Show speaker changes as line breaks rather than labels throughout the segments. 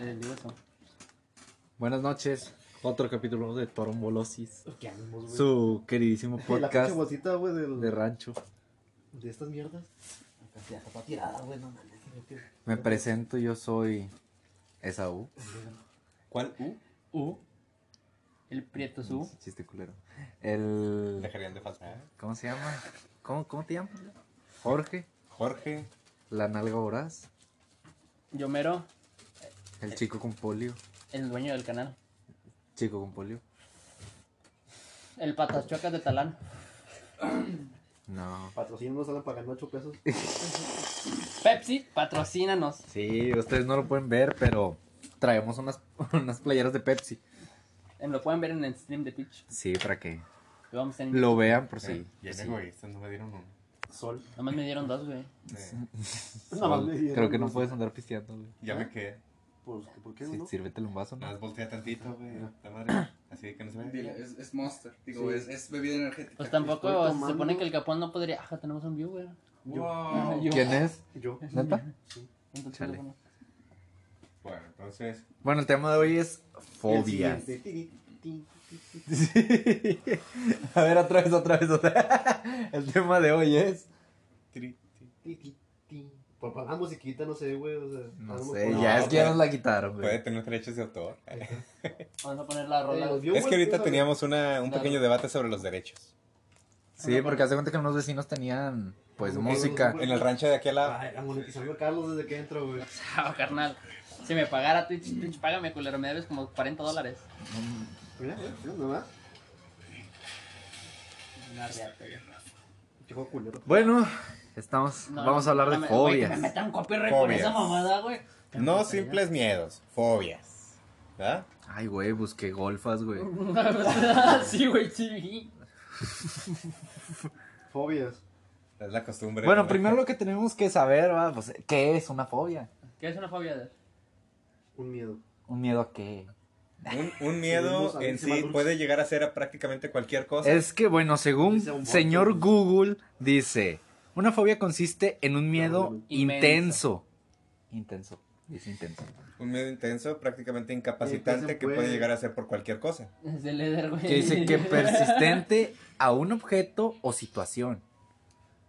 Eh, digo eso.
Buenas noches. Otro capítulo de Torombolosis.
¿Qué ánimos, güey?
Su queridísimo
La pinche
podcast
bolsita, güey, del-
de
de,
rancho.
estas mierdas. Acá sí, acá está tirada, güey, no mames. creo que-
Me presento, yo soy Esaú.
¿Cuál U?
U. El Prieto Su.
Chiste culero. El.
Dejarían de faltar.
¿Cómo se llama? ¿Cómo, cómo te llamas? Jorge.
Jorge.
La nalga voraz.
Yomero,
El chico con polio.
el dueño del canal.
Chico con polio.
El Patas Chocas de Talán.
No.
Patrocinio no salen pagando 8 pesos.
Pepsi, patrocínanos.
Sí, ustedes no lo pueden ver, pero traemos unas, unas playeras de Pepsi.
Eh, Lo pueden ver en el stream de Twitch.
Sí, para que
Lo vamos a tener-
lo vean por si.
Sí. Bien
sí.
egoístas, no me dieron eh, uno.
Sol.
Nomás me dieron dos, güey.
Eh,
Nada más me dieron
Creo que no
dos.
puedes andar pisteando, güey.
ya me quedé.
Pues, ¿por qué
Sí,
no?
sírvetele un vaso, ¿no?
Nada más voltea tantito, güey. La madre. Así que no se
Dile,
ve.
es, es Monster, digo,
Sí.
es, es bebida energética.
Pues tampoco
Estoy
se
tomando.
supone que el Capón no podría. Ajá, tenemos un view, güey.
Wow.
Yo-
¿Quién es?
Yo.
¿Neta?
En tu
Chale.
teléfono.
Bueno, entonces.
Bueno, el tema de hoy es fobias.
El siguiente. Tiri, ti, ti, ti.
A ver, otra vez, otra vez, otra vez. El tema de hoy es.
tri, ti.
Ti, ti, ti. Por para la musiquita, no sé, güey. O sea,
No
algo
sé,
mejor.
ya es que ya
puede-
nos la quitaron,
Puede
güey.
tener derechos de autor.
Vamos a poner la
Eh,
rola.
los
güey.
viewers,
Es que ahorita
pues,
teníamos una, un
Claro.
pequeño debate sobre los derechos.
Sí, porque hace cuenta que unos vecinos tenían, pues,
Ok,
música.
güey.
En el rancho de aquí al lado.
Ay, la monetizando a Carlos desde que entro, güey.
Ah, carnal. Si me pagara Twitch, Twitch, págame, culero. Me debes como 40 dólares.
Mira, güey, mira nomás.
Una reata, güey.
Chico culero.
Bueno, estamos.
No,
Vamos a
no,
hablar
no
de
me- güey, que me
fobias.
metan copyright por
Fobias.
esa mamada, güey.
No simples miedos, fobias. ¿Verdad?
Ay, güey, busqué golfas, güey.
sí, güey, sí.
Fobias.
Es la costumbre.
Bueno, primero lo que tenemos que saber, ¿va? Pues, ¿qué es una fobia?
¿Qué es una fobia? de-
Un miedo.
¿Un miedo a qué?
Un, un
Tenemos
miedo
a
en
Luis
sí
Maduro.
puede llegar a ser a prácticamente cualquier cosa.
Es que, bueno,
Dice un
según
bot,
señor
güey.
Google, dice, una fobia consiste en un miedo
Probablemente.
intenso. Intenso, dice intenso.
Un miedo intenso, prácticamente
Eh, que
incapacitante,
se
que puede
puede.
llegar a ser por cualquier cosa.
Es de Leder, güey.
Que dice que persistente a un objeto o situación.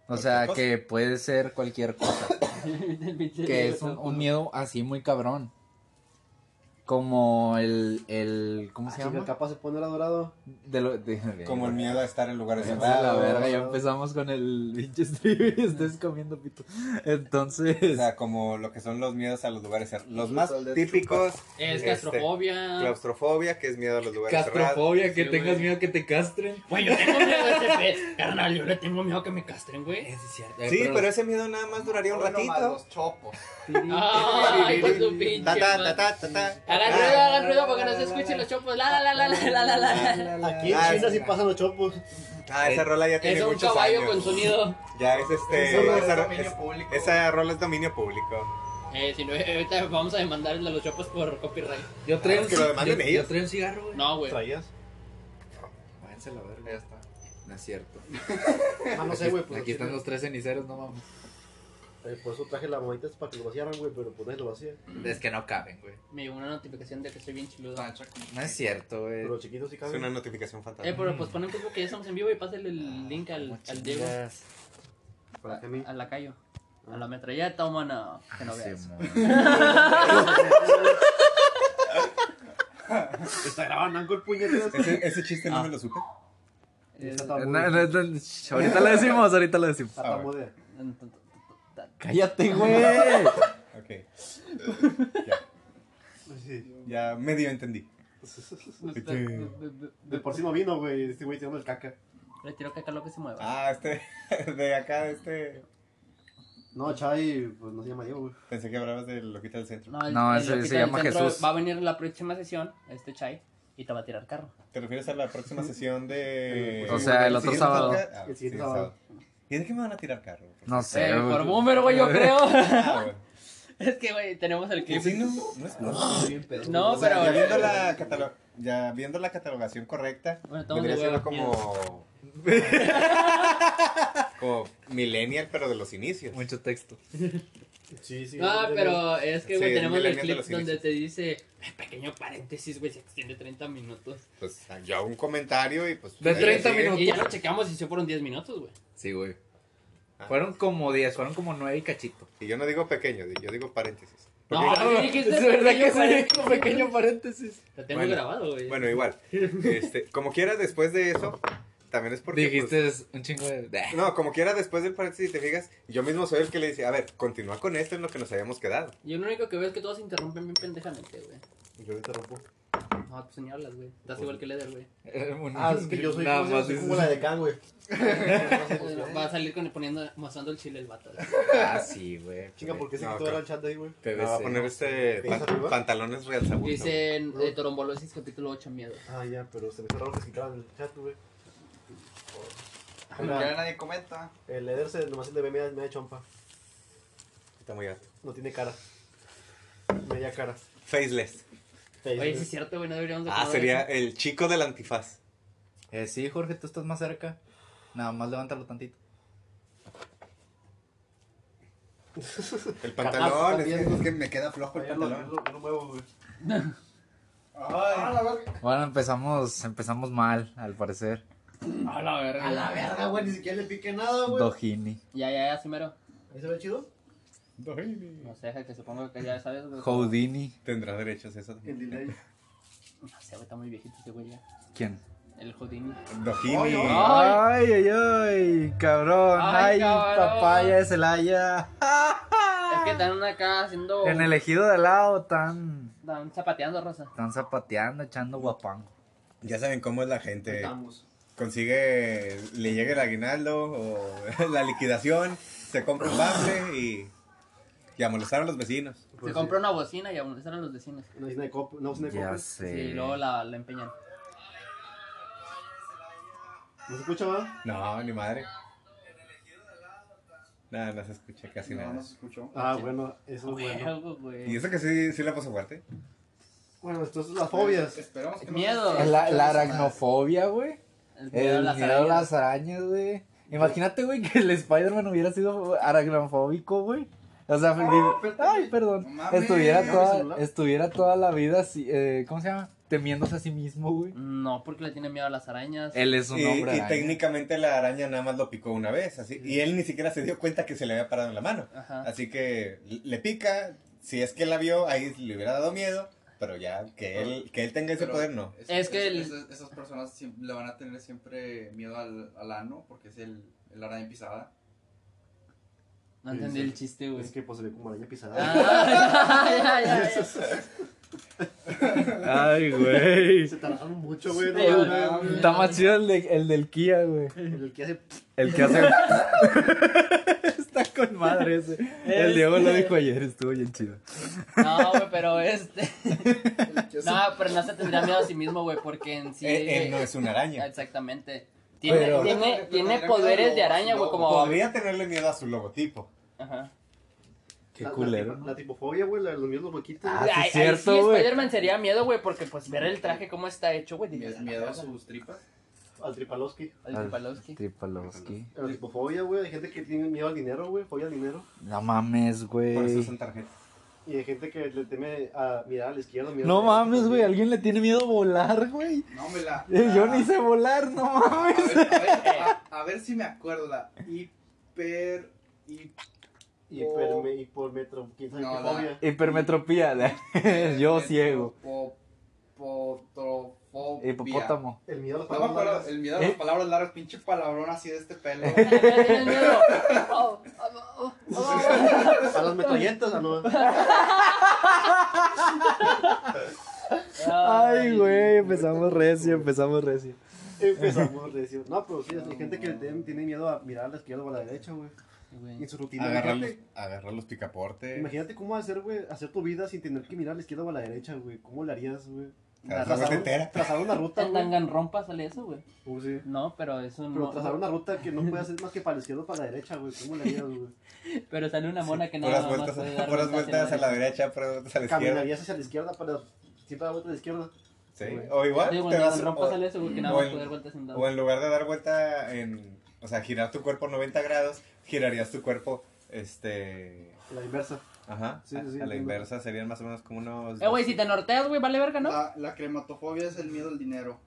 O sea,
Cualquier
que puede ser cualquier cosa.
El pinche
Que
Leder.
es un, un miedo así muy cabrón. Como el, el ¿cómo se
Ah, chica,
llama?
capaz se pone el adorado.
De lo- de-
Como el miedo a estar en lugares
Ya está, la
cerrados.
verga, ya empezamos con el pinche stream y estés comiendo pito. Entonces...
O sea, como lo que son los miedos a los lugares cerrados. Los más
Al de
típicos.
Es
este,
castrofobia.
claustrofobia, que es miedo a los
Pues,
lugares cerrados.
Castrofobia, que
Sí,
tengas
güey.
miedo que te castren.
Güey, yo tengo miedo a ese pez. Carnal, yo le tengo miedo que me castren,
Eh,
güey.
Sí, pero ese miedo nada más duraría un
Bueno, más
ratito.
los chopos.
Tiri,
Ay,
tiri,
con su
tiri.
pinche.
Ta, ta,
madre.
ta, ta, ta, ta.
Hagan
Ah,
ruido, hagan ruido porque no se escuchen los chopos. La, la, la, la, la, la, la, la.
Aquí en
Ah,
China
sí.
sí pasan los chopos.
Ah, esa rola ya tiene
Es un
muchos
caballo
años.
con sonido.
Ya es
Eso
este.
no es
Esa, ro-
dominio
es-
público.
esa rola es dominio público.
Eh, si no, eh, ahorita vamos a demandar el de los chopos por copyright.
Yo traigo,
Ah,
un,
que lo
ci-
demanden
yo- yo
ellos.
traigo un cigarro, güey.
No, güey.
¿Traías?
Váyanse a la verga.
Ya está.
No es cierto.
Ah, no sé, güey. pues,
Aquí están
sí,
los tres ceniceros, no mames.
eh, Por eso traje la mamita para que lo vaciaran, güey, pero pues nadie lo vacía.
Es que no caben, güey.
Me llegó una notificación de que estoy bien chiludo.
Ah,
Pancha con-
No es cierto, güey.
Pero los chiquitos sí
Es
caben.
una notificación
Eh,
fantasma.
pero pues ponen Facebook que ya estamos en vivo y pásenle
Ah,
el link al, al Diego.
Chingas.
Para que a mí.
A la callo. A la metralleta, humana. Que no veas.
Ah, Está grabando Anco el puñetazo.
Ese, ese chiste
Ah.
no me lo supe.
Eh,
ahorita lo decimos, ahorita lo decimos.
Tartamudea.
tan, tan, tan, tan.
Cállate, güey.
Ok. Ya,
Sí.
ya medio entendí.
eh,
De por sí no vino, güey. Este güey tirando el caca.
Le tiro caca lo que se mueva.
Ah, este. De acá, este.
No, Chai, pues no se llama Diego, güey.
Pensé que hablabas del loquita del centro.
el-
No,
el
ese se
loquito del
llama
centro
Jesús.
Va a venir la próxima sesión, este Chai, y te va a tirar carro.
¿Te refieres a la próxima sesión de.
O sea, el otro
pues, siguiente
sábado.
podcast? Ah,
El siguiente
siguiente
sábado.
¿Y de qué me van a tirar carro?
No sé.
Eh, por
güey.
boomer, güey, yo creo.
Ah, bueno.
es que, güey, tenemos el
Que
clip.
sí, no, no es no.
No,
O sea,
pero.
ya, viendo la catalo- ya viendo la catalogación correcta,
Bueno, estamos
vendría
de
siendo
hueva,
como. como millennial, pero de los inicios.
Mucho texto.
Sí, sí.
No,
yo tenía-
pero es que, güey,
Sí,
tenemos
mil
el
años de
clip
los
donde
inicios.
te dice, pequeño paréntesis, güey, se extiende 30 minutos.
Pues yo hago un comentario y pues.
De
ahí le
30
sigue.
minutos.
Y ya lo checamos y se fueron 10 minutos, güey.
Sí, güey.
Ah.
Fueron como 10, fueron como 9 y cachito.
Y yo no digo pequeño, yo digo paréntesis.
No,
Ok.
sí dijiste
es verdad
pequeño
que sí,
paréntesis.
pequeño paréntesis.
Lo tengo
Bueno.
grabado, güey.
Bueno, igual. Este, como quiera, después de eso, también es porque.
Dijiste un chingo de...
pues, no, como quiera, después del paréntesis, te fijas, yo mismo soy el que le dice, a ver, continúa con esto en lo que nos habíamos quedado.
Yo lo único que veo es que todos se interrumpen bien pendejamente, güey.
Yo te rompo.
No, pues señalas, güey. Das igual que Leder, güey.
Ah, es que yo soy,
Nada
como-
más
soy
dices-
como la de Can, güey.
Pues Va a salir con poniendo, mostrando el chile el vato. güey.
Ah, sí, güey.
Chinga,
pues,
¿por qué se
No,
quitó
ok.
ahora el chat de ahí, güey?
Me va a poner este
¿Piensas
pan-
arriba?
pantalones real sabor.
Dicen eh, Torombolosis capítulo 8, miedo.
Ah, ya, pero se me hizo raro que se quitaran el chat, güey.
Como que ya nadie comenta.
El Eder se, nomás el de B me da, me da chompa.
Está muy alto.
No tiene cara. Media cara.
Faceless.
Face,
Oye,
güey.
sí es cierto, güey, no deberíamos de
Ah,
poner
sería
eso.
el chico del antifaz.
Eh, sí, Jorge, tú estás más cerca. Nada más levántalo tantito.
El
Ah,
pantalón. es
está
que-
viendo.
Es que me queda flojo el
Yo lo,
pantalón.
yo lo- yo lo muevo, güey.
Ay,
Bueno, empezamos, empezamos mal, al parecer.
A la verga.
A la verga, güey, ni siquiera le piqué nada, güey.
Dojini.
Ya, ya, ya, sí, mero.
¿Ahí se ve chido?
No sé, deja que supongo que ya sabes, güey.
Houdini.
Tendrá derechos eso
El
también.
delay.
No sé, güey, está muy viejito este güey ya.
¿Quién?
El Houdini.
Dojini.
Ay,
ay.
Ay, ay, ay, cabrón.
Ay,
Ay,
cabrón.
papaya de Celaya.
Es que están acá haciendo.
En el ejido de al lado tan,
Están zapateando, Rosa.
tan zapateando, echando guapango.
Ya saben cómo es la gente.
Estamos.
Consigue, le llega el aguinaldo o la liquidación, se compra un bafle y, y a molestar a los vecinos.
Se
Pues
compró una bocina y aún están los vecinos.
Una isna de cop, una isna de
Ya
copes.
Sí,
sé.
y luego la, la empeñan.
¿No se escucha, va?
No, ni madre. Nada, no se escucha casi
no,
nada.
no se escuchó.
Ah, bueno, eso es bueno.
Huevo, güey.
Y eso que sí, sí la puso fuerte.
Bueno, entonces las fobias.
Esperamos que no
Miedo.
se-
La, la aracnofobia, güey.
El miedo a
El
las
miedo a
arañas.
las arañas, güey. Imagínate, güey, que el Spider-Man hubiera sido aracnofóbico, güey. O sea, vivi- ay,
No
perdón.
mames.
Estuviera
Dame
toda,
celular.
estuviera toda la vida así, eh, ¿cómo se llama? Temiéndose a sí mismo, güey.
No, porque le tiene miedo a las arañas.
Él es un
Y,
hombre
y
araña.
técnicamente la araña nada más lo picó una vez. Así, y él ni siquiera se dio cuenta que se le había parado en la mano.
Ajá.
Así que le pica. Si es que la vio, ahí le hubiera dado miedo. Pero ya que él, que él tenga ese
Pero
poder, no.
es-
Es que el-
esas, esas personas siem- le van a tener siempre miedo al, al ano porque es el, el araña pisada.
No entendí el chiste, güey.
Es que pues se ve como araña pisada.
Ah, ya, ya, ya.
Ay, güey.
Se tardaron mucho, güey.
Sí,
No,
güey.
no, no.
Está más chido el, de- el del Kia, güey.
El que hace.
El que hace. Está con madre ese. El Diego lo dijo ayer, estuvo bien chido.
No, güey, pero este.
Yo sé-
No, pero no se tendría miedo a sí mismo, güey, porque en sí.
Eh, Él, él no es una araña.
Exactamente. Tiene,
Pero-
tiene,
Pero-
tiene
pero-
poderes
pero-
de araña, güey,
no,
como.
Podría tenerle miedo a su logotipo.
Ajá.
Qué
la- la
culero.
tipo- La tipofobia, güey, la de los míos, los huequitos.
Ah,
Ay,
sí es
ay,
cierto,
sí,
güey.
Spider-Man sería miedo, güey, porque pues ver el traje cómo está hecho, güey. dices,
mie-
"Ah,
Miedo a
verga".
sus tripas.
Al tripaloski.
Al Tripalowski.
Tripalowski.
La tipofobia, güey. Hay gente que tiene miedo al dinero, güey. Fobia al dinero.
No mames,
Por eso
güey.
son tarjetas.
Y hay gente que le teme a mirar a la izquierda. mirar
No
a la derecha,
mames, güey. Alguien le tiene miedo a volar, güey.
No me la.
Eh, Yo ni sé volar, no
A
mames.
ver, a, ver, a- a ver si me acuerdo la hiper. hi-
Y por, me- y por metro. ¿Quién sabe
No,
qué
la-
fobia?
Hipermetropía. de- Yo ciego.
hipo- potrofobia.
Hipopótamo.
El miedo a las
No me acuerdo,
palabras.
el miedo a las
¿Eh?
palabras largas, pinche palabrón así de este pelo.
Tienes miedo. Oh, oh, oh, oh.
A las metralletas, ¿o no?
Ay, güey. Empezamos recio, empezamos recio.
Empezamos recio. No, pero sí, hay gente que le tiene, tiene miedo a mirar a la izquierda o a la derecha, güey.
Güey.
En su rutina.
Agarrar los,
imagínate,
agarrar los picaportes.
imagínate cómo hacer, güey, hacer tu vida sin tener que mirar a la izquierda o a la derecha, güey. ¿Cómo le harías, güey?
Trazar
Trazar
una
un-
entera.
Trazar una ruta,
¿En
güey.
Danganronpa sale eso, güey?
Uh, sí.
No, pero es un.
Pero trazar una ruta que no puede hacer más que para la izquierda o para la derecha, güey. ¿Cómo le harías, güey?
Pero sale una mona que no
puras
nada más
vueltas,
puede dar
puras vueltas
hacia
a la derecha, puras vueltas a la izquierda.
Caminarías hacia la izquierda para siempre dar vuelta a la izquierda.
Sí.
güey.
O igual,
Digo,
te
en
vas,
Danganronpa sale
o,
eso, güey, que nada
o
más
en-
puede dar vueltas en
o en lugar de dar vuelta en, o sea, girar tu cuerpo 90 grados, girarías tu cuerpo Este.
La inversa.
Ajá.
Sí, sí,
a-
sí,
a la
entiendo.
inversa serían más o menos como unos.
Eh, güey, si te norteas, güey, vale verga, ¿no?
Ah.
La, la crematofobia es el miedo al dinero.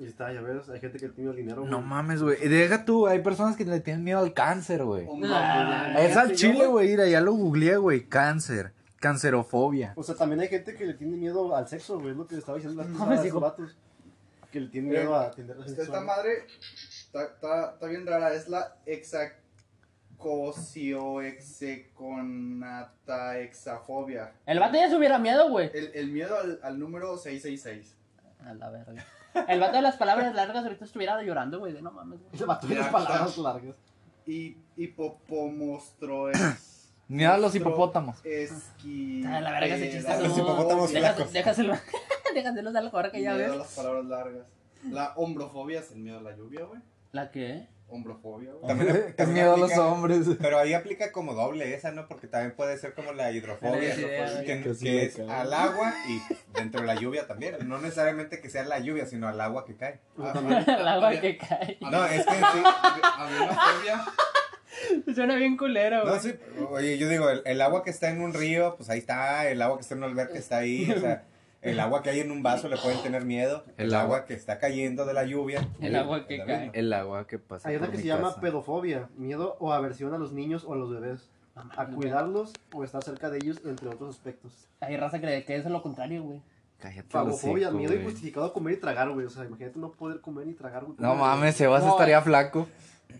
Y está, ya ves, hay gente que tiene el dinero.
No
güey.
mames, güey. Deja tú, hay personas que le tienen miedo al cáncer, güey.
O
Ah,
Es al
Fíjate,
chile,
yo-
güey. Mira, ya lo googleé, güey. Cáncer. Cancerofobia.
O sea, también hay gente que le tiene miedo al sexo, güey. Es lo que le estaba diciendo la
No,
no, a
digo-
esos vatos. Que le tiene
Mira,
miedo a atender la
Esta, esta madre está, está- está bien rara, es la exacosioexeconataexafobia.
El vato ya se hubiera miedo, güey.
El, el miedo al, al número 666.
A la verga. El vato de las palabras largas ahorita estuviera llorando, güey, de no mames, güey.
Se mató las
Ya,
palabras largas.
Y hipopomonstruoes.
Mira los hipopótamos.
Esqui.
A Ah, la verga ese chiste.
eh,
no.
los hipopótamos
Dejas-
flacos.
Déjaselo, déjaselo a la hora que ya
Miedo a
ves.
las palabras largas. La hombrofobia es el miedo a la lluvia, güey.
¿La qué?
Hombrofobia,
Ah.
güey.
También-
Es
también
miedo a los
aplica-
hombres.
Pero ahí aplica como doble esa, ¿no? Porque también puede ser como la hidrofobia,
Sí, sí, sí.
que,
Que sí
que
me
es
cae.
al agua y dentro de la lluvia también. No necesariamente que sea la lluvia, sino al agua que cae.
O sea,
Ah,
también-
El agua
Había-
que cae.
No, es que sí.
había una fobia.
Suena bien culero,
No,
güey.
sí, oye, yo digo, el, el agua que está en un río, pues ahí está, el agua que está en un alberca está ahí, o sea, el agua que hay en un vaso le pueden tener miedo, el,
El
agua
agua.
que está cayendo de la lluvia.
El agua que
el
cae.
abismo.
El agua que pasa.
Hay
por
una que
mi
se llama
casa.
pedofobia, miedo o aversión a los niños o a los bebés, a cuidarlos o estar cerca de ellos, entre otros aspectos.
Hay raza que, que es lo contrario, güey.
Cállate. el
Fagofobia,
hocico,
miedo
güey.
injustificado a comer y tragar, güey. O sea, imagínate no poder comer ni tragar, güey.
No
¿Cómo-
mames, eh. Sebas
No,
estaría
eh.
flaco.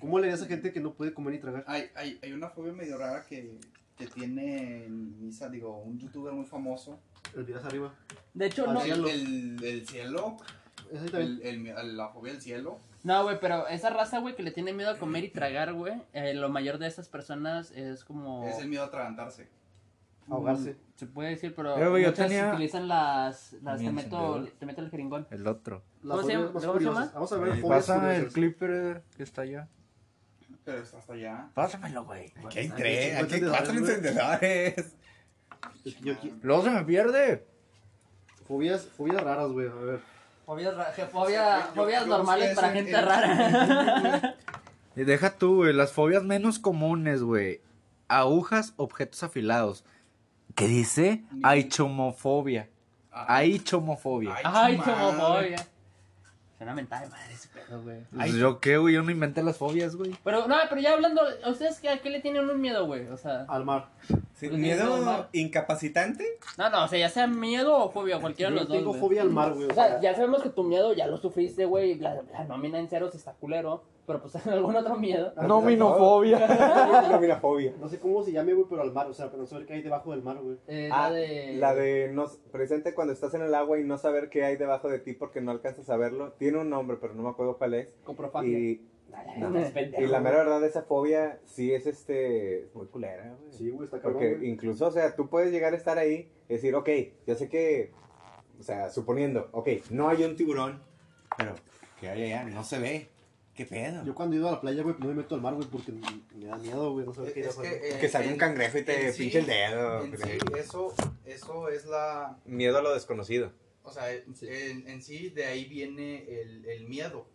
¿Cómo le das a gente que no puede comer ni tragar?
Hay, hay, hay una fobia medio rara que, que tiene Misa, digo, un youtuber muy famoso.
El video es arriba.
De hecho,
Al
no.
cielo.
El, el, el cielo,
Ese también.
el, el- la fobia del cielo.
No, güey, pero esa raza, güey, que le tiene miedo a comer y tragar, güey. eh, lo mayor de esas personas es
Oh.
como.
Es el miedo a atragantarse.
mm,
Ahogarse.
Se puede decir, pero.
Eh, güey, yo
muchas
tenía-
utilizan las. las te,
Mi
meto,
encendedor.
te meto el jeringón.
El otro.
Las
¿cómo se llama?
fobias más
¿Cómo se llama?
curiosas. Vamos a ver
Ahí,
fobias
Pásame Eh, el
curiosas.
clipper que está allá.
Pero está hasta allá.
Pásamelo, güey.
Aquí hay tres, aquí hay
Encendedores,
cuatro
güey.
encendedores.
Es que yo aquí-
Luego se me pierde.
Fobias, fobias raras, güey. A ver.
Fobias, ra- je-
O sea,
fobia-
yo- yo-
fobias
yo
normales
busqué
para
eso en-
gente
en-
rara.
Y deja tú, güey. Las fobias menos comunes, güey. Agujas, objetos afilados. ¿Qué dice? Aichomofobia.
Ah,
Aichomofobia.
Ay,
Ay,
madre.
chomofobia. Suena mentada de madre ese pedo, güey.
Pues, ¿Yo qué, güey? Yo no inventé las fobias, güey.
Pero, no, pero ya hablando, ¿a ustedes qué, a qué le tienen un miedo, güey? O sea,
Al mar.
Sí,
Pues miedo
miedo
al-
incapacitante.
no, no, o sea, ya sea miedo o fobia,
Yo
cualquiera de
no
los dos.
tengo
güey.
fobia al mar, güey.
O sea, ya sabemos que tu miedo ya lo sufriste, güey. La, la nómina en ceros está culero. Pero pues algún otro miedo.
Ah,
Nominofobia.
La minofobia.
No sé cómo se llame, güey, pero al mar. O sea, para no saber qué hay debajo del mar, güey.
Eh,
Ah,
la de.
de no, presente cuando estás en el agua y no saber qué hay debajo de ti porque no alcanzas a verlo. Tiene un nombre, pero no me acuerdo cuál es.
Coprofagia. No, no, es pendejo.
Y la mera verdad, esa fobia sí es este muy culera, güey.
Sí, güey, está cabrón.
Porque
güey.
incluso, o sea, tú puedes llegar a estar ahí y decir, ok, ya sé que, o sea, suponiendo, ok, no hay un tiburón, pero que hay allá, no se ve. ¿Qué pedo?
Yo cuando he ido a la playa, güey, no me meto al mar, güey, porque me da miedo, güey, no saber qué hay
Es
debajo. del mar.
que, eh,
que salga un
en-
cangrejo y te
en sí-
pinche el dedo.
en
que
sí,
te-
eso, eso es la.
Miedo a lo desconocido.
O sea, en, en- en sí, de ahí viene el, el miedo.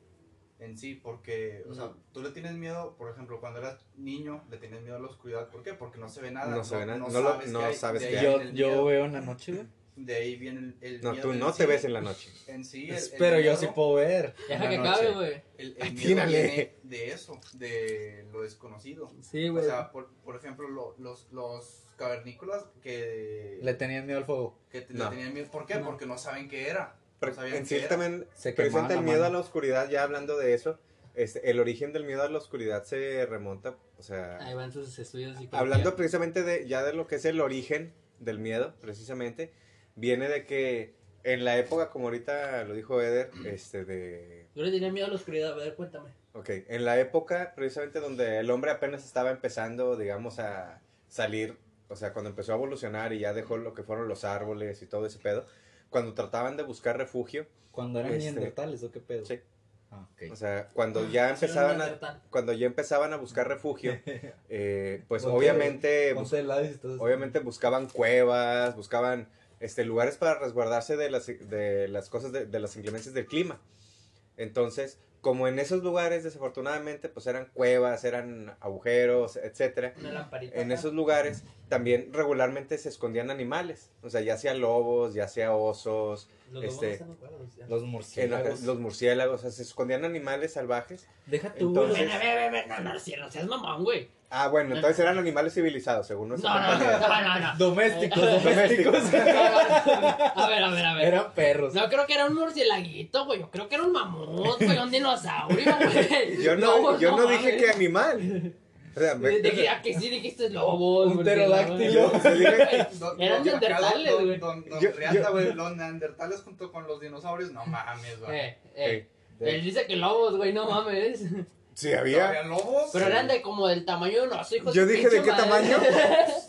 En sí, porque, o
Mm.
sea, tú le tienes miedo, por ejemplo, cuando eras niño, le tienes miedo a la oscuridad. ¿Por qué? Porque no se ve nada.
No se ve nada, no lo- no
hay,
sabes
de
qué
ahí
hay.
Yo,
viene el
yo
miedo.
veo en la noche, güey.
De ahí viene el, el
No,
miedo. "Pues,
tú
en
no
sí.
te ves en la noche.
En sí, el, el
Pero yo
miedo-
sí puedo ver.
Deja
en
que
la
cabe,
noche.
güey.
El, el miedo
Atínale.
viene de eso, de lo desconocido.
Sí,
O
güey.
sea, por, por ejemplo, lo- los, los cavernícolas que,
Le tenían miedo al fuego.
que te-
No.
le tenían miedo. ¿Por qué?
No.
Porque no saben qué era.
Pero
No sabían
en
qué
sí
era.
también
Se quemaba
presenta
la
el miedo
mano.
a la oscuridad, ya hablando de eso, este, el origen del miedo a la oscuridad se remonta, o sea...
Ahí van sus estudios. y
Hablando precisamente de, ya de lo que es el origen del miedo, precisamente, viene de que en la época, como ahorita lo dijo Eder, este de...
Yo le tenía miedo a la oscuridad, a ver, cuéntame.
Ok, en la época precisamente donde el hombre apenas estaba empezando, digamos, a salir, o sea, cuando empezó a evolucionar y ya dejó lo que fueron los árboles y todo ese pedo, cuando trataban de buscar refugio,
Cuando eran
Este.
neandertales, ¿o qué pedo?
Sí. Pues,
Ah, ok.
o sea, cuando ya
Ah,
empezaban a... Cuando ya empezaban a buscar refugio, eh, pues
Ponte-
obviamente
Ponte del lado y estás-
Obviamente buscaban cuevas, buscaban este, lugares para resguardarse de las, de las cosas, de, de las inclemencias del clima. Entonces, como en esos lugares, desafortunadamente, pues eran cuevas, eran agujeros, etcétera.
Una lamparita.
En
acá.
esos lugares también regularmente se escondían animales, o sea, ya sea lobos, ya sea osos,
Los
Este,
lobos no están igual, los-
Los
en-
murciélagos.
los murciélagos, o sea, se escondían animales salvajes.
Deja tú.
entonces-
Ven, a ver, ven, ven, no, no, sí, no seas mamón, güey.
Ah, bueno, entonces eran animales civilizados, según
No,
nuestra
no,
compañera.
no, no, no.
Domésticos,
Domésticos.
domésticos.
A ver, a ver, a ver.
Eran perros.
No creo que era un murcielaguito, güey. Yo creo que era un mamut, güey. Un dinosaurio, güey.
Yo no,
güey,
yo no, dije
mames.
que animal. O sea, me-
Dije, ah, que sí dijiste lobos.
Un
murciélago,
pterodáctilo.
güey.
se dije-
Don-
Eran
don-
neandertales,
don-
güey.
don- don
Yo-
Riata,
yo-
güey, Los neandertales junto con los dinosaurios, no mames, güey.
Eh, eh. Él dice que lobos, güey, no mames.
sí, había.
¿Había lobos?
Pero eran de como del tamaño de unos hijos.
Yo dije de qué tamaño.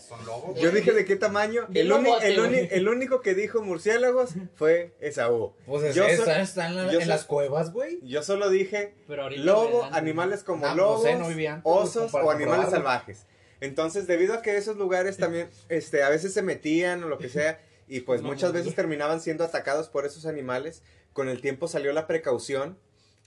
Son lobos,
Yo dije de qué tamaño. El,
Dilo,
uni-
bote,
el, uni-
güey.
el único que dijo murciélagos fue Esaú.
Pues es,
Yo
esa
soy-
está en, la-
yo
en
soy-
las cuevas, güey.
Yo solo dije
Pero ahorita
lobo,
verán.
animales como
Ah,
lobos,
no sé, no vivían antes, pues,
osos
para
o animales
comprobarlo.
salvajes. Entonces, debido a que esos lugares también este, a veces se metían o lo que sea, y pues
No,
muchas
no,
veces terminaban siendo atacados por esos animales, con el tiempo salió la precaución.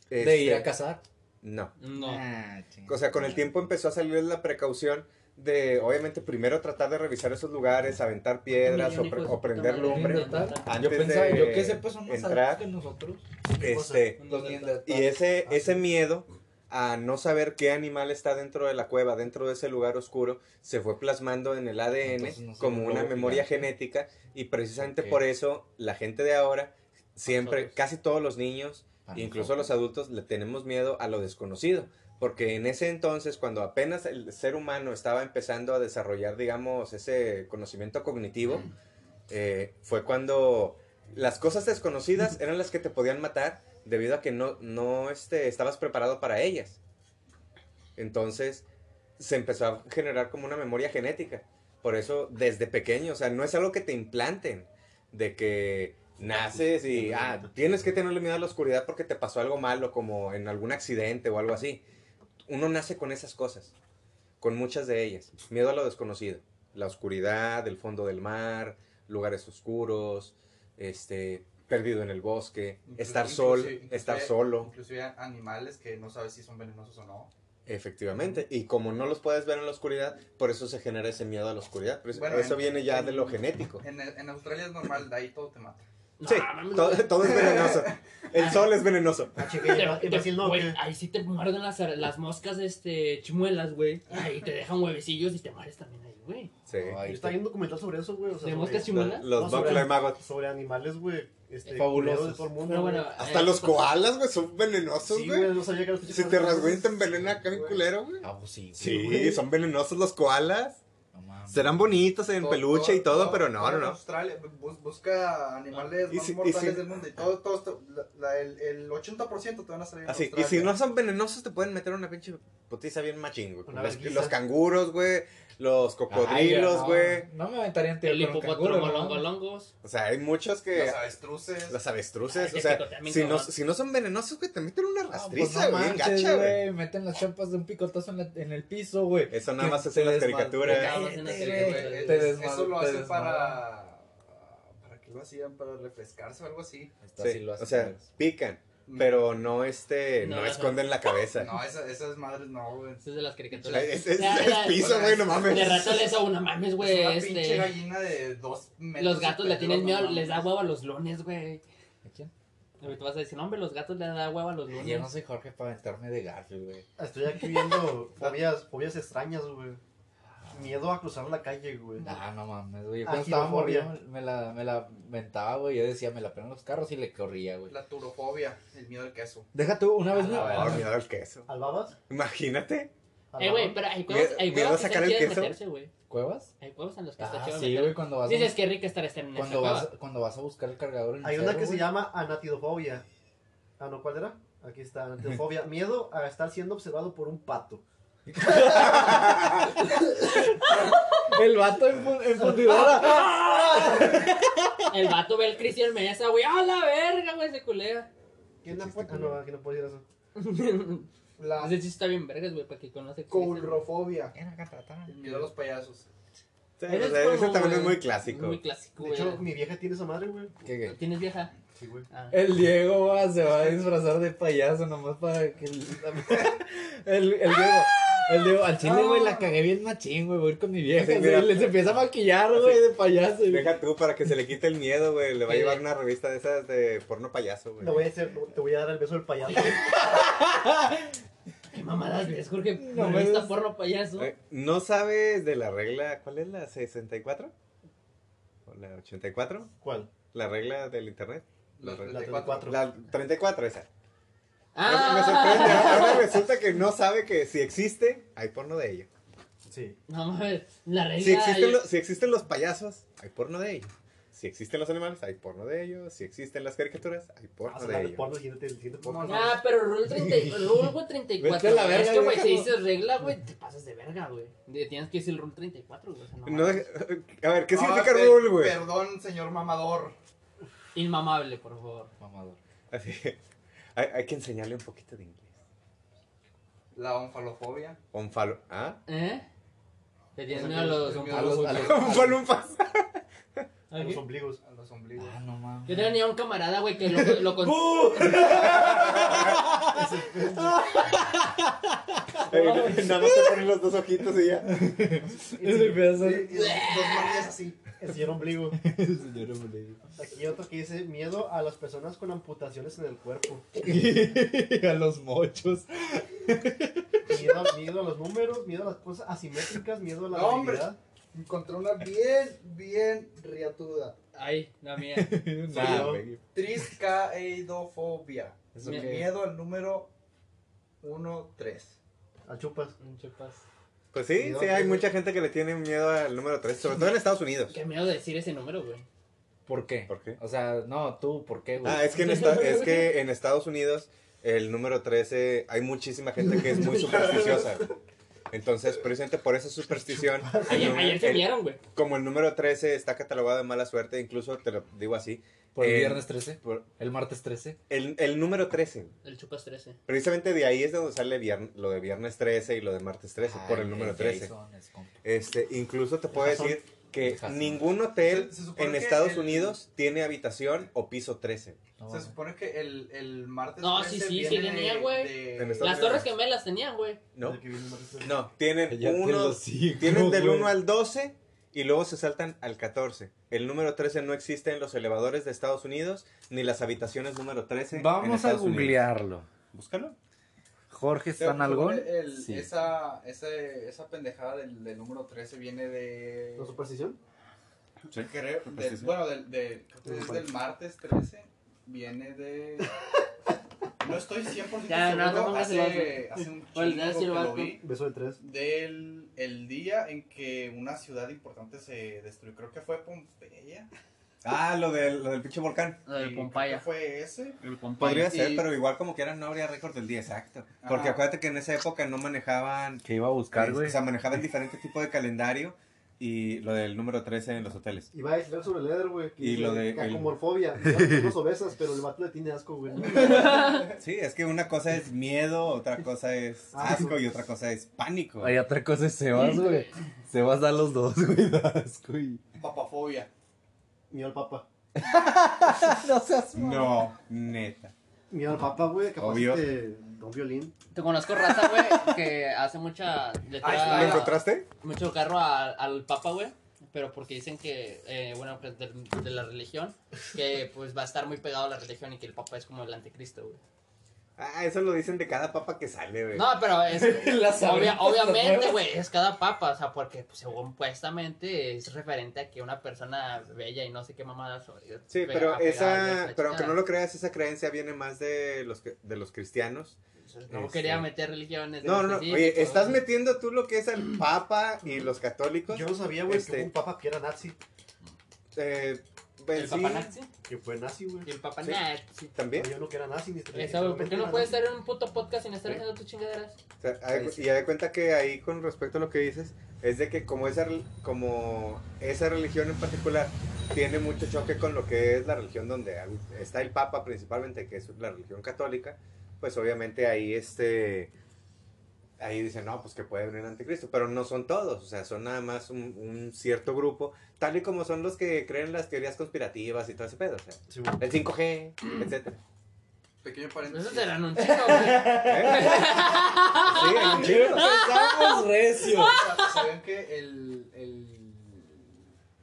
De
este,
ir a cazar.
No.
No.
Ah, ching.
O sea, con el tiempo empezó a salir la precaución de, obviamente, primero tratar de revisar esos lugares, aventar piedras o,
Millón,
pre-
hijo de
o
su
prender
puta madre.
lumbre.
Yo
Antes
pensaba,
de
yo que sepa son más
entrar,
altos que nosotros. Pues,
Este,
Los
Y
neandertales.
ese, ese miedo a no saber qué animal está dentro de la cueva, dentro de ese lugar oscuro, se fue plasmando en el ADN
Entonces, no sé,
como
un
una
lobo
memoria
gigante.
genética y precisamente
Ok.
por eso la gente de ahora, siempre,
Nosotros.
casi todos los niños,
Ah,
incluso los adultos, le tenemos miedo a lo desconocido. Porque en ese entonces, cuando apenas el ser humano estaba empezando a desarrollar, digamos, ese conocimiento cognitivo, eh, fue cuando las cosas desconocidas eran las que te podían matar debido a que no, no este, estabas preparado para ellas. Entonces se empezó a generar como una memoria genética. Por eso desde pequeño, o sea, no es algo que te implanten de que naces y ah, tienes que tenerle miedo a la oscuridad porque te pasó algo malo, como en algún accidente o algo así. Uno nace con esas cosas, con muchas de ellas. Miedo a lo desconocido, la oscuridad, el fondo del mar, lugares oscuros, este, perdido en el bosque,
Incluso-
estar solo,
inclusive-
estar
inclusive-
solo.
Inclusive animales que no sabes si son venenosos o no.
Efectivamente, y como no los puedes ver en la oscuridad, por eso se genera ese miedo a la oscuridad. Pero eso-
Bueno,
eso
en-
viene ya
en-
de lo genético.
En, en Australia es normal, de ahí todo te mata.
Sí,
No, Ah, mames,
to-
no.
todo es venenoso. El sol es venenoso.
Ah, chica,
Te-
y
te-
Brasil no,
güey,
¿qué?
ahí sí te muerden las, las moscas este, chimuelas, güey.
Ah.
Ahí te dejan huevecillos y te mueres también ahí, güey.
Sí.
Ay,
Está bien documental sobre eso, güey. O sea,
¿De
sobre-
moscas
Los,
chimuelas?
los
No, sobre-
Buffalo Maggot.
sobre animales, güey. Este,
Fabulosos.
culeros de todo el mundo,
Pero bueno,
güey.
Hasta
eh,
los koalas, güey, son venenosos,
Sí,
güey.
güey, no sabía que este los
si te rasguñan y te envenena acá mi culero, güey.
Ah, pues sí.
Sí,
güey.
son venenosos los koalas.
No mames.
Serán bonitos en
Todo-
peluche y todo, pero no,
todo
no,
en
no.
Australia bu- busca animales
Y
más
si- y
mortales
si-
del mundo y todo, todo, esto- la- la- el, el 80% te van a salir en
Así, y
Australia.
si no son venenosos, te pueden meter una pinche potiza bien machín, güey.
Una
Los,
vergüenza.
los canguros, güey. Los
Ay,
cocodrilos,
no,
güey.
No, me aventarían tío
El
con un canguro,
hipopótamo
¿no?
longolongos.
O sea, hay muchos que.
Los avestruces.
Las avestruces,
Ay,
o sea,
te picotean bien
si no,
cabrón.
si no son venenosos, güey, te meten una
Ah, pues
rastriza,
no
güey, bien
manches,
gacha, güey.
güey. Meten las champas de un picotazo en, la- en el piso, güey.
Eso nada más
Te
es en las
desma-
caricaturas.
Nada más en las
Cállate,
caricaturas.
güey.
Eh,
Te
es-
desma-
eso lo
te
hace
desma-
para. ¿Para qué lo hacían? ¿Para refrescarse o algo así? Mm.
Esta
Sí,
sí lo
o
hace,
sea,
güey.
pican, pero no este, no,
No, no,
esconden la cabeza.
No, esa- esas madres no, güey.
Esa es de las
O
caricaturas.
sea, es, es-
Ya,
es
ya,
piso,
ya.
güey, no
De
mames.
rato les da una mames, güey.
es una pinche
Este,
gallina de dos metros.
los gatos le tienen miedo, les da
agua
huevo a los lones, güey.
¿A quién?
Ahorita vas a decir, no, hombre, los gatos le da huevo a los
Yo
lones.
no soy Jorge para aventarme de Garfield, güey.
Estoy aquí viendo fobias, fobias extrañas, güey. Miedo a cruzar la calle, güey.
Nah, no mames, güey. Yo cuando
Agilofobia.
estaba morrido me- me la, me la mentaba, güey. Yo decía, me la pegan los carros y le corría, güey.
La turofobia, el miedo al queso.
Deja tú, una vez me... Ah,
la
No, Oh, miedo al queso.
¿Al babas?
Imagínate.
¿Al
Eh, güey,
babas?
pero hay huevos, hay
¿Me- me
huevos
vas a
que están
sacar el
chidas
queso?
meterse, güey.
¿Cuevas?
Hay huevos en los que está
Ah,
chido
sí, güey,
meterse.
cuando vas, a-
Dices que rica este estar estar en esa
cuando, vas,
cueva.
cuando vas a buscar el cargador en el
Hay una
cerro,
que se
güey.
llama anatidofobia. Ah, no, ¿cuál era? Aquí está, anatidofobia. Miedo a estar siendo observado por un pato.
El vato en, fun- en fundidora.
El vato ve el Cristian Mesa, güey. ¡A la verga, güey! Se culea.
¿Quién la puede? Ah, no, aquí no puedo decir eso.
La
Ese sí está bien vergas, güey, para que conoce.
coulrofobia,
Ven acá, trátame.
el miedo a los payasos.
Sí,
Eres
o sea, ese
como,
también es
güey.
muy clásico.
Muy clásico,
De
güey.
hecho, mi vieja tiene esa madre, güey.
¿Qué, Eh. qué?
¿Tienes vieja?
Sí, güey.
Ah.
El Diego va, se va a disfrazar de payaso nomás para que el, el, el Diego. El Diego, al chile, güey, la cagué bien machín, güey. Voy a ir con mi vieja.
Sí,
güey,
mira.
y les empieza a maquillar, güey, de payaso. y-
Deja tú para que se le quite el miedo, güey. Le va a llevar una revista de esas de porno payaso, güey.
Lo voy a hacer, te voy a dar el beso del payaso.
¿Qué mamadas ves, Jorge?
No
No
me
Revista
des-
porno payaso.
Eh, ¿No sabes de la regla, cuál es la 64? ¿O la 84?
¿Cuál?
¿La regla del internet?
La
La
34.
La 34, esa. Me- Me sorprende.
¡Ah!
Ahora resulta que no sabe que si existe, hay porno de ella.
Sí.
No mames, la regla.
Si existen, lo- si existen los payasos, hay porno de ellos. Si existen los animales, hay porno de ellos. Si existen las caricaturas, hay porno
Vamos a
de
hablar de
ellos.
porno siguiente, el siguiente podcast.
No,
Ah, pero Rule 30, Rule güey, 34.
Vete a la
güey.
verga,
es que, güey,
vieja,
si
no.
dices regla, güey, te pasas de verga, güey. De- Tienes que decir Rule 34, güey. O sea, no
No,
mames.
deja- a ver, ¿qué
Ah,
significa
pe-
rule, güey?
Perdón, señor mamador.
Inmamable, por favor.
Mamador.
Así, hay, hay que enseñarle un poquito de inglés.
La onfalofobia.
Onfalo. ¿Ah?
¿Eh? Te tienes
O sea,
miedo a
que
los
los-
A los, a los-
Onfalumpas.
A los ombligos.
A los ombligos.
Ah, no mames.
Yo tenía un camarada, güey, que lo, lo con-
Eh, Nada más te ponen los dos ojitos y ya.
Ese pedazo.
Sí, y dos dos manillas así.
El señor ombligo.
Señora Molina.
Aquí otro que dice miedo a las personas con amputaciones en el cuerpo.
a los mochos.
Miedo, miedo a los números, miedo a las cosas asimétricas, miedo a la
No, hombre.
habilidad.
Encontré una bien, bien riatuda.
Ay, la mía.
Nah, güey.
Triscaidofobia.
¿Eso
Mi-
qué?
Miedo al número 1, 3.
A chupas.
Chupas.
Pues sí, sí, hay mucha gente que le tiene miedo al número 3, sobre todo en Estados Unidos.
Qué miedo decir ese número, güey.
¿Por qué?
¿Por qué?
O sea, no, tú, ¿por qué, güey?
Ah, es que en, esta- es que en Estados Unidos el número 13 hay muchísima gente que es muy supersticiosa. Entonces, precisamente por esa superstición, el
Ayer,
número-
ayer se
el-
vieron, güey.
como el número 13 está catalogado de mala suerte, incluso te lo digo así,
¿Por el
eh,
viernes 13?
por-
¿El martes 13?
el, el número 13,
El chupas 13.
precisamente de ahí es de donde sale vier- lo de viernes 13 y lo de martes 13, por el número 13. Este, incluso te puedo
Jason.
decir que
Jason.
ningún hotel
Se- se supone
en
que
Estados
el-
Unidos tiene habitación o piso 13.
Se supone que el, el martes.
No,
13
sí, sí,
viene
sí tenía,
de-
güey.
de-
En Estados
Las torres gemelas tenían, güey.
¿No?
El que viene más cerca.
No, tienen uno, Tienen del 1 al 12 y luego se saltan al 14. El número 13 no existe en los elevadores de Estados Unidos ni las habitaciones número 13. en
Vamos a
Estados Unidos.
googlearlo.
Búscalo.
Jorge
Se supone
Stanalgón.
el-
Sí.
esa, ese- esa pendejada del, del número 13 viene de.
¿La superstición?
creo- del-
superstición.
bueno, del, del, es del martes 13. Viene de. No estoy 100%
Ya, no, no
seguro.
pongas el
hace, hace un
Bueno,
chingo
ya sí
que
lo vas
lo
con-
vi.
Beso de tres.
Del el día en que una ciudad importante se destruyó. Creo que fue Pompeya.
Ah, lo del, lo del pinche volcán.
Lo del
Y creo
Pompaya.
que Fue ese.
El
Podría
Pompaya.
ser,
Y- Ah.
pero igual como quieran no habría récord del día exacto. Porque
Ajá.
acuérdate que en esa época no manejaban...
Que iba a buscar,
O
güey.
sea, manejaban diferente tipo de calendario y lo del número 13 en los hoteles.
Y va a decir sobre Leder, güey. que
Y lo
dice
de-
Cacomorfobia. Son Los obesas, pero el vato le tiene asco, güey.
Sí, es que una cosa es miedo, otra cosa es
Ah,
asco y otra cosa es pánico.
Hay otra cosa es Sebas, güey. Sebas da los dos, güey. da asco y-
Papafobia.
Miedo al papa.
No seas
No, neta.
Miedo al papa, güey. Capaz
Obvio.
este. Don Violín.
Te conozco raza, güey, que hace mucha... Le
Ahí
tira
está. ¿Lo
encontraste?
Mucho carro a- al papa, güey. Pero porque dicen que, eh, bueno, pues de, de la religión, que pues va a estar muy pegado a la religión y que el papa es como el anticristo, güey.
Ah, eso lo dicen de cada papa que sale, güey.
No, pero es...
La
Obvia-
sabrita,
obviamente,
¿no?
güey, es cada papa, o sea, porque pues, según supuestamente es referente a que una persona bella y no sé qué mamada soy.
Sí,
ah,
pero esa, pero aunque no lo creas, esa creencia viene más de los que- de los cristianos.
No
Este.
quería meter religiones. en
No, no, no, oye,
específico.
estás metiendo tú lo que es el Papa y los católicos.
Yo no sabía, güey,
Este.
que hubo un papa que era nazi.
Eh, pues
El
sí,
papa nazi
Que fue nazi, güey.
y el papa
Sí.
nazi.
también.
Yo no que era nazi. Ni
Eh, ¿sabes? ¿Por qué no
era
puedes
nazi.
estar en un puto podcast sin estar
Sí.
haciendo tus chingaderas?
O sea, hay- y hay cuenta que ahí con respecto a lo que dices es de que como esa rel- como esa religión en particular tiene mucho choque con lo que es la religión donde hab- está el Papa principalmente que es la religión católica pues obviamente ahí este ahí dicen, no, pues que puede venir el anticristo, pero no son todos, o sea, son nada más un, un cierto grupo, tal y como son los que creen las teorías conspirativas y todo ese pedo, o sea,
Sí, güey.
el 5G, etcétera.
Pequeño
Eso
paréntesis.
te lo anunció, güey.
¿Eh? Sí, hay un chingo.
Empezamos recio.
Sa- ¿Sabían que el, el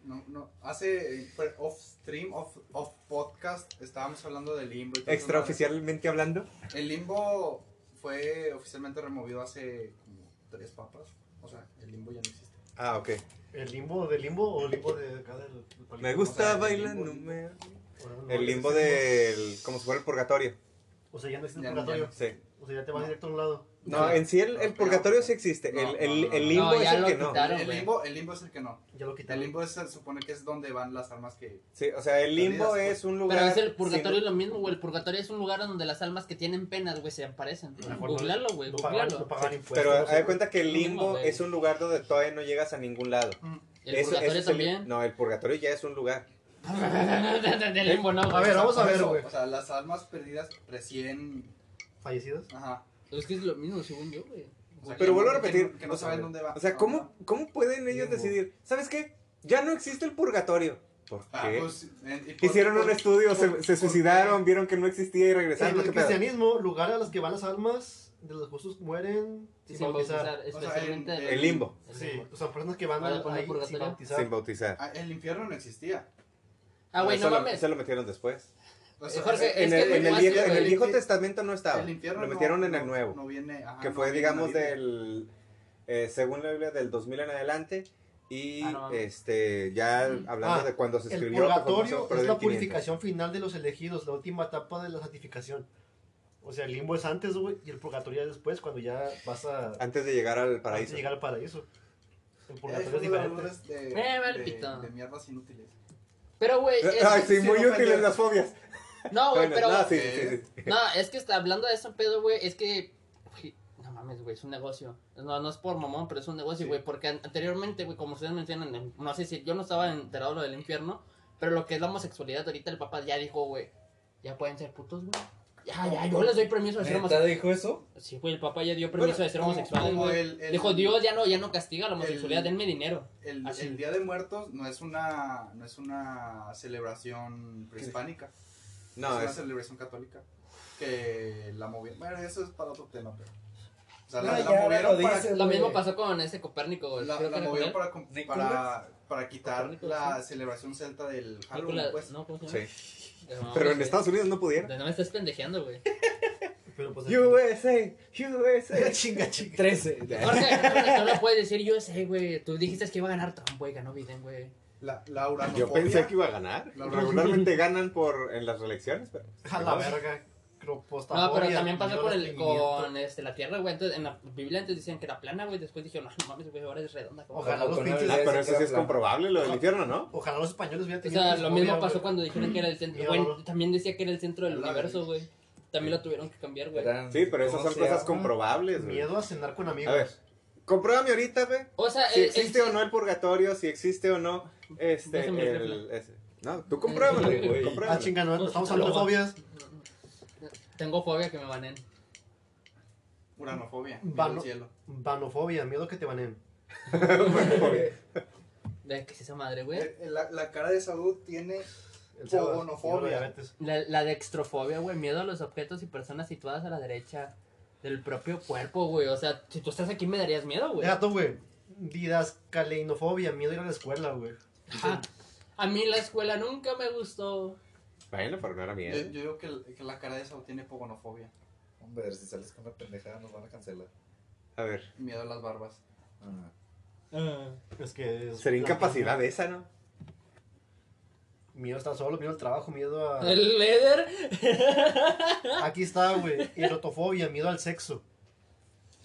no, no, hace eh, fue off stream, off, off podcast, estábamos hablando del limbo. y todo eso,
Extraoficialmente hablando.
¿no? El limbo fue oficialmente removido hace como tres papas. O sea, el limbo ya no existe.
Ah, ok.
¿El limbo de limbo o limbo de acá del del palito?
Me
O sea,
gusta
el
bailar
limbo,
número.
O no,
El limbo
ese
del. como si fuera el purgatorio.
O sea, ya no existe
Ya
el
no, ya
purgatorio.
Sí.
O sea, ya te vas directo a un lado.
No, en sí el, el purgatorio sí existe.
No,
El,
no,
el,
no,
el
no.
limbo
No,
es
ya
el
lo
que no.
quitaron. Claro,
el,
güey.
limbo, el limbo es el que no.
Ya lo
El
quitaron.
limbo es, se supone que es donde van las armas que...
Sí, o sea, el limbo
Perdidas,
es un lugar.
Pero es el
sin-
purgatorio lo mismo, güey. El purgatorio es un lugar donde las almas que tienen penas, güey, se aparecen.
mejor no-
Googlealo, güey,
No pagan,
googlealo.
no pagan impuestos.
Pero
no sé,
haz de
güey.
cuenta que el
Lo mismo,
limbo
güey.
es un lugar donde todavía no llegas a ningún lado.
Mm.
El
Eso-
purgatorio
eso es el lim-
también.
no, el purgatorio ya es un lugar.
Del limbo, no,
A
güey.
ver, vamos a
Por
ver,
eso,
güey.
O sea, las armas perdidas recién...
Fallecidos.
Ajá.
Es que es lo mismo, según yo, güey.
O
Pero
sea, que
vuelvo a
no- que
repetir,
no- Que no
o sea,
saben dónde va.
O sea, ¿cómo, cómo pueden ellos
Limbo.
decidir? ¿Sabes qué? Ya no existe el purgatorio. ¿Por
Ah,
qué?
pues, eh, y por-
Hicieron
por-
un estudio,
por-
se, se
por-
suicidaron, vieron que no existía y
En
regresaron.
el
¿qué pedo?
cristianismo, lugar a los que van las almas de los justos mueren sin
Sin
bautizar.
bautizar,
sea,
especialmente
en-
El limbo,
el
Sí,
limbo.
o sea, personas que van
Van a
al-
poner
ahí sin
purgatorio.
bautizar.
sin bautizar.
Ah, El infierno no existía.
Ah, güey, no
Eso lo-
mames.
Eso lo metieron después.
O sea,
Eh, Jorge,
el-
Es
En
que
el,
es
en
muy
el
fácil,
viejo, en el
güey.
Viejo Testamento no estaba.
el infierno
Lo metieron
no-
en
no-
el Nuevo.
No viene, ajá,
que
no
fue,
viene
digamos,
en la Biblia.
del. eh, según la Biblia, del 2000 en adelante. Y
Ah, no mames.
este, ya hablando
Ah,
de cuando se
El
escribió. la
purgatorio
conformación, pero
es
del
la
500.
purificación final de los elegidos, la última etapa de la santificación. O sea, el limbo es antes, güey, y el purgatorio es después, cuando ya vas a
Antes de llegar al
antes
paraíso.
de llegar al paraíso. El
Eh,
purgatorio
son
es diferente.
dolores de,
Eh, vale,
de-
pito.
de mierdas inútiles.
Pero, güey, es-
Ay, sí,
sí,
muy
no
útiles
ofendió.
las fobias.
no, güey,
Bueno,
pero.
no, sí, sí, sí.
No, es que está hablando de eso, pedo, güey, es que. güey, No mames, güey, es un negocio. No, no es por mamón, pero es un negocio, güey. Porque an- anteriormente, güey, como ustedes mencionan, em, no sé si yo no estaba enterado de lo del infierno, pero lo que es la homosexualidad, ahorita el papá ya dijo, güey, ya pueden ser putos, güey. Ya, ya, yo les doy permiso de ser
¿Neta
homosexuales.
dijo eso?
Sí, güey, el papá ya dio permiso
Bueno,
de ser
como-
homosexuales,
como
güey.
el- el-
Dijo, Dios ya no, ya no castiga la homosexualidad,
el-
denme dinero.
El,
Así.
el Día de Muertos no es una, no es una celebración prehispánica.
No,
es una
es-
celebración católica. Que la movieron. Bueno, eso es para otro tema, pero. O sea,
No,
la, la
ya
movieron
lo
para.
dices,
Lo
güey.
mismo pasó con ese Copérnico, güey.
La,
Creo que
la
era con
movieron
él.
para, com-
¿Nicolás?
para, para quitar
Copérnico,
la celebración celta del Halloween,
Nicolás-
pues.
no, ¿cómo se llama? Eh,
sí.
No,
Pero en
güey.
Estados Unidos no pudieron.
No me estás pendejeando, güey.
Pero pues
USA, USA.
chinga, chinga.
13.
Jorge, no lo puedes decir yo sé, güey. Tú dijiste que iba a ganar Trump, güey. Ganó Biden, güey.
La, la uranofobia.
Yo pensé que iba a ganar.
La-
Regularmente ganan por en las reelecciones, pero.
A la verga. pues, Cropostafobia,
No, pero también pasó con, el,
violentimiento.
con este, la Tierra, güey. Entonces, en la Biblia antes decían que era plana, güey. Después dijeron, no, no mames, güey, ahora es redonda. como-
Ojalá los pinches-
Ah, pero eso sí es comprobable, lo del infierno, ¿no?
Ojalá los españoles hubieran
O
tenido.
sea, lo mismo
cropostafobia,
pasó
güey.
cuando dijeron que era el centro.
Mierda.
Güey, también decía que era el centro del
La
universo,
verga.
güey. También lo tuvieron que cambiar, güey.
Sí, pero esas son cosas
comprobadas.
comprobables, güey.
Miedo a cenar con amigos.
A ver, compruébame ahorita, güey.
O sea,
Si
el-
existe
el-
o no el purgatorio, si existe o no este.
eh, Déjame
el-
rifle.
ese. No, tú compruébalo,
Déjame
güey.
rifle.
Ah,
compruébalo.
chinga, no, estamos hablando de fobias.
Tengo fobia que me banen.
Uranofobia.
Vano-
Vano. El cielo.
Vanofobia, miedo que te baneen.
Ve, ¿Qué es esa madre, güey?
Eh, eh, La, la cara de Saúl tiene
El sábado,
Fogonofobia.
miedo a diabetes.
La, la dextrofobia, güey, miedo a los objetos y personas situadas a la derecha del propio cuerpo, güey. O sea, si tú estás aquí me darías miedo, güey.
Gato, güey. Didascaleinofobia, miedo a ir a la escuela, güey.
Ah, a mí la escuela nunca me gustó.
Bueno, pero no era
Yo,
miedo.
Eh, yo digo que, el- que la cara de Saúl tiene pogonofobia.
Hombre, si sales con una pendejada nos van a cancelar.
A ver,
Miedo a las barbas.
Ah.
Es que es.
sería incapacidad esa, ¿no?
Miedo a estar solo, miedo al trabajo, miedo
Ah.
a.
El leder.
Aquí está, güey. Erotofobia, miedo al sexo.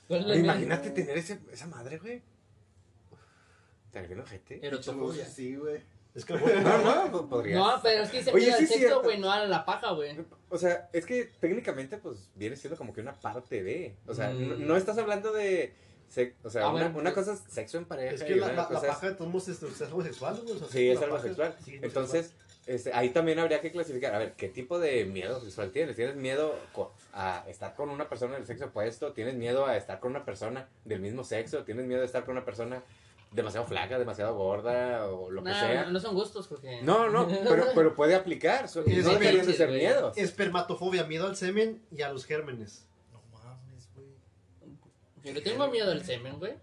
¿Cuál es la mía?
Imagínate tener ese, esa madre, güey. ¿Te bien
Eh,
ojete?
Erotofobia.
Sí, güey.
Es que, güey.
No, no, no, podría.
No, pero es que dice
Oye,
miedo
sí
al
es
sexo,
cierto.
güey, no a la paja, güey.
O sea, es que técnicamente, pues, viene siendo como que una parte de. O sea,
Mm.
no, no estás hablando de. se- o sea,
Ah,
una,
bueno,
una
pues-
cosa es sexo en pareja
Es que
y
la,
una
la- la
cosa pues es-
paja de todos modos es, es algo sexual, güey. o sea,
Sí, es
la
algo
paja-
sexual.
sí, es
Entonces, este, ahí también habría que clasificar, a ver, ¿qué tipo de miedo sexual tienes? ¿Tienes miedo co- a estar con una persona del sexo opuesto? ¿Tienes miedo a estar con una persona del mismo sexo? ¿Tienes miedo a estar con una persona demasiado flaca, demasiado gorda o lo que
Nah,
sea?
no, no son gustos, Jorge.
No, no, pero, pero puede aplicar. so-
Es
no deberían de
difícil,
ser
güey.
miedos.
Espermatofobia, miedo al semen y a los gérmenes.
No mames, güey.
Yo le tengo miedo al semen, güey.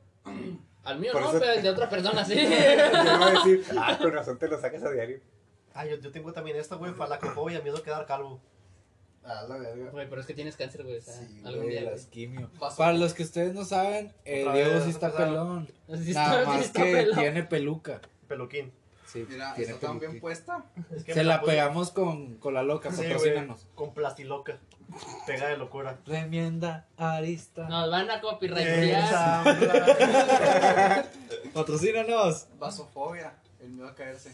Al mío
Por
no,
eso-
pero al de otra persona sí.
Yo no voy a decir, ah, con razón te lo sacas a diario.
Ah, yo, yo tengo también esta, güey, falacofobia, miedo a quedar calvo.
Ah, la verga.
Güey, pero es que tienes cáncer, güey. o sea,
Sí,
algún
güey,
día. güey.
las quimio.
Para los que ustedes no saben, eh,
Otra
Diego
vez,
sí está
empezaron.
pelón.
Sí,
Nada
está- sí
más
está
que
pelón.
tiene peluca.
Peluquín.
Sí,
Mira,
tiene
está tan
peluca.
bien puesta.
Es que
Se
me
la
puse-
pegamos con, con la loca,
Sí, güey,
patrocínanos.
con plastiloca. Pega de locura.
Remienda arista.
Nos van a copyrightar.
Ensambla.
Patrocínanos.
Vasofobia. El miedo a caerse.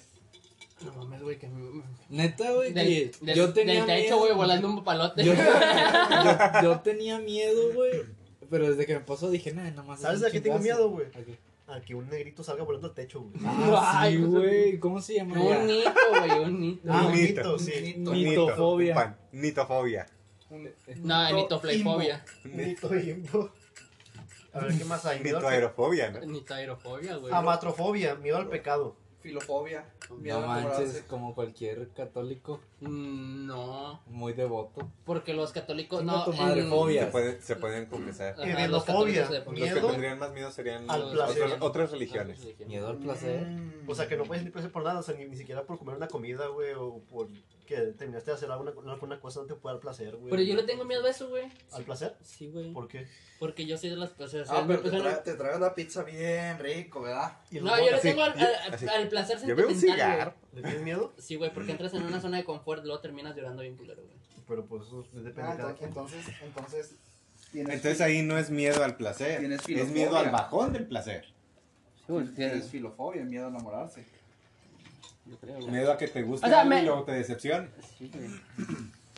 No mames, güey, que me-
Neta, güey,
Del,
que
del,
yo tenía
del techo,
miedo.
güey, volando un palote.
Yo, yo- yo tenía miedo, güey. Pero desde que me pasó dije, nada, nada más. es
¿Sabes
un
a qué tengo miedo,
chingazo".
güey?
¿A qué?
A que un negrito salga volando al techo, güey.
Ah,
Ay,
sí,
pues,
güey. ¿Cómo se llama?
Un nito, güey, un nito.
Ah,
nito.
nito, sí.
Nito.
Mitofobia.
Pan, Nitofobia.
No, nitoflefobia.
Nito himbo. A ver, ¿qué más hay? Miedo al pe-
Nitoaerofobia, ¿no?
Nitairofobia,
Ah,
güey.
Amatrofobia, miedo al pecado.
Filofobia. Miedo
No
a
manches,
cobrarse.
como cualquier católico
Mm, No,
muy devoto.
porque los católicos
Chinga
no.
tu madre, fobia.
Se pueden, se pueden confesar.
Ajá,
Eh,
los católicos se-
fobia,
Los que
Miedo
tendrían más miedo serían
al
los-
placer.
otras, otras religiones.
Miedo al placer.
Mm.
O sea, que no puedes ni preso por nada, o sea, ni, ni siquiera por comer una comida, güey, o por que terminaste de hacer alguna, alguna cosa no te puede dar placer, güey.
Pero yo le tengo miedo a eso, güey.
¿Al placer?
Sí, güey.
¿Por qué?
Porque yo soy de las personas.
Ah, pero te, tra- te traes la pizza bien rico, ¿verdad?
¿Y
No, yo le
así,
tengo al, al-
así.
al placer
Yo veo un
sentimental, güey.
¿Le tienes miedo?
Sí, güey, porque entras en una zona de confort, luego terminas llorando bien culero, güey.
Pero pues eso depende
Ah,
de cada
entonces,
quien.
entonces, entonces tienes
Entonces ahí no es miedo al placer,
Tienes
es
filofobia.
miedo al bajón del placer.
fil- tienes filofobia, miedo a enamorarse.
Yo creo, güey.
Miedo a que te guste
O sea,
algo
me-
y luego te decepcione.
Sí, güey.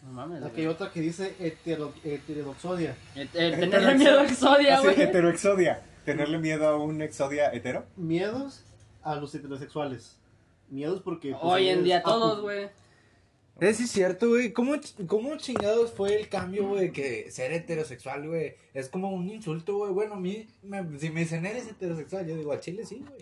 No mames,
Aquí
güey.
hay otra que dice hetero- heterodoxodia.
El, el tenerle miedo al Exodia,
Así,
güey.
heteroexodia. Tenerle miedo a un exodia hetero.
Miedos a los heterosexuales. Miedos porque... pues,
Hoy en
eres
día
apu.
todos, güey.
Es Eh, sí, cierto, güey. ¿Cómo, ch- ¿Cómo chingados fue el cambio, güey, de que ser heterosexual, güey? Es como un insulto, güey. Bueno, a mí, me- si me dicen eres heterosexual, yo digo, a Chile sí, güey.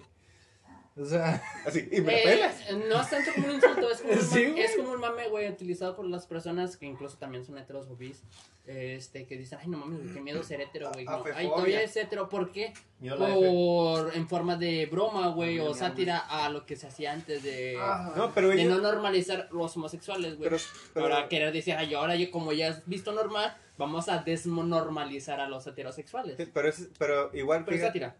O sea,
Así, y me
Eh,
pela.
no es tanto como un insulto, es como un,
Sí,
mame-
güey.
es como un mame, güey, utilizado por las personas que incluso también son heteros o bis, Este, que dicen, ay, no mames, güey, qué miedo ser hetero, güey. No, ay,
Afefobia.
todavía es hetero, ¿por qué?
Miedo a la
Oh.
F.
Por, en forma de broma, güey,
No,
o
no,
sátira a lo que se hacía antes de,
Eh,
Ah,
No, pero
de no
ellos.
normalizar los homosexuales, güey.
Pero, pero-
Para querer decir, ay, ahora yo, como ya has visto normal, vamos a desmonormalizar a los heterosexuales.
sí, pero es- pero igual,
Pero es
fíjate,
sátira.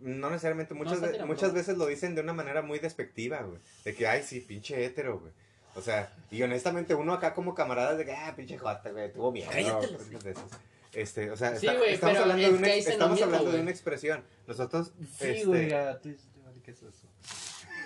no necesariamente. Muchas,
está
ve-
tirando.
muchas veces lo dicen de una manera muy despectiva, güey. De que, ay, sí, pinche hetero, güey. O sea, y honestamente, uno acá como camarada de que, ah, pinche jota, güey, tuvo miedo. cosas de esas. Este, o sea,
Sí,
está-
güey,
estamos
pero
hablando,
es
de
este,
una,
que ahí se nos
estamos
mierda,
hablando de
güey.
una expresión. Nosotros, este,
ya, tú dices, "Vale, ¿qué es eso?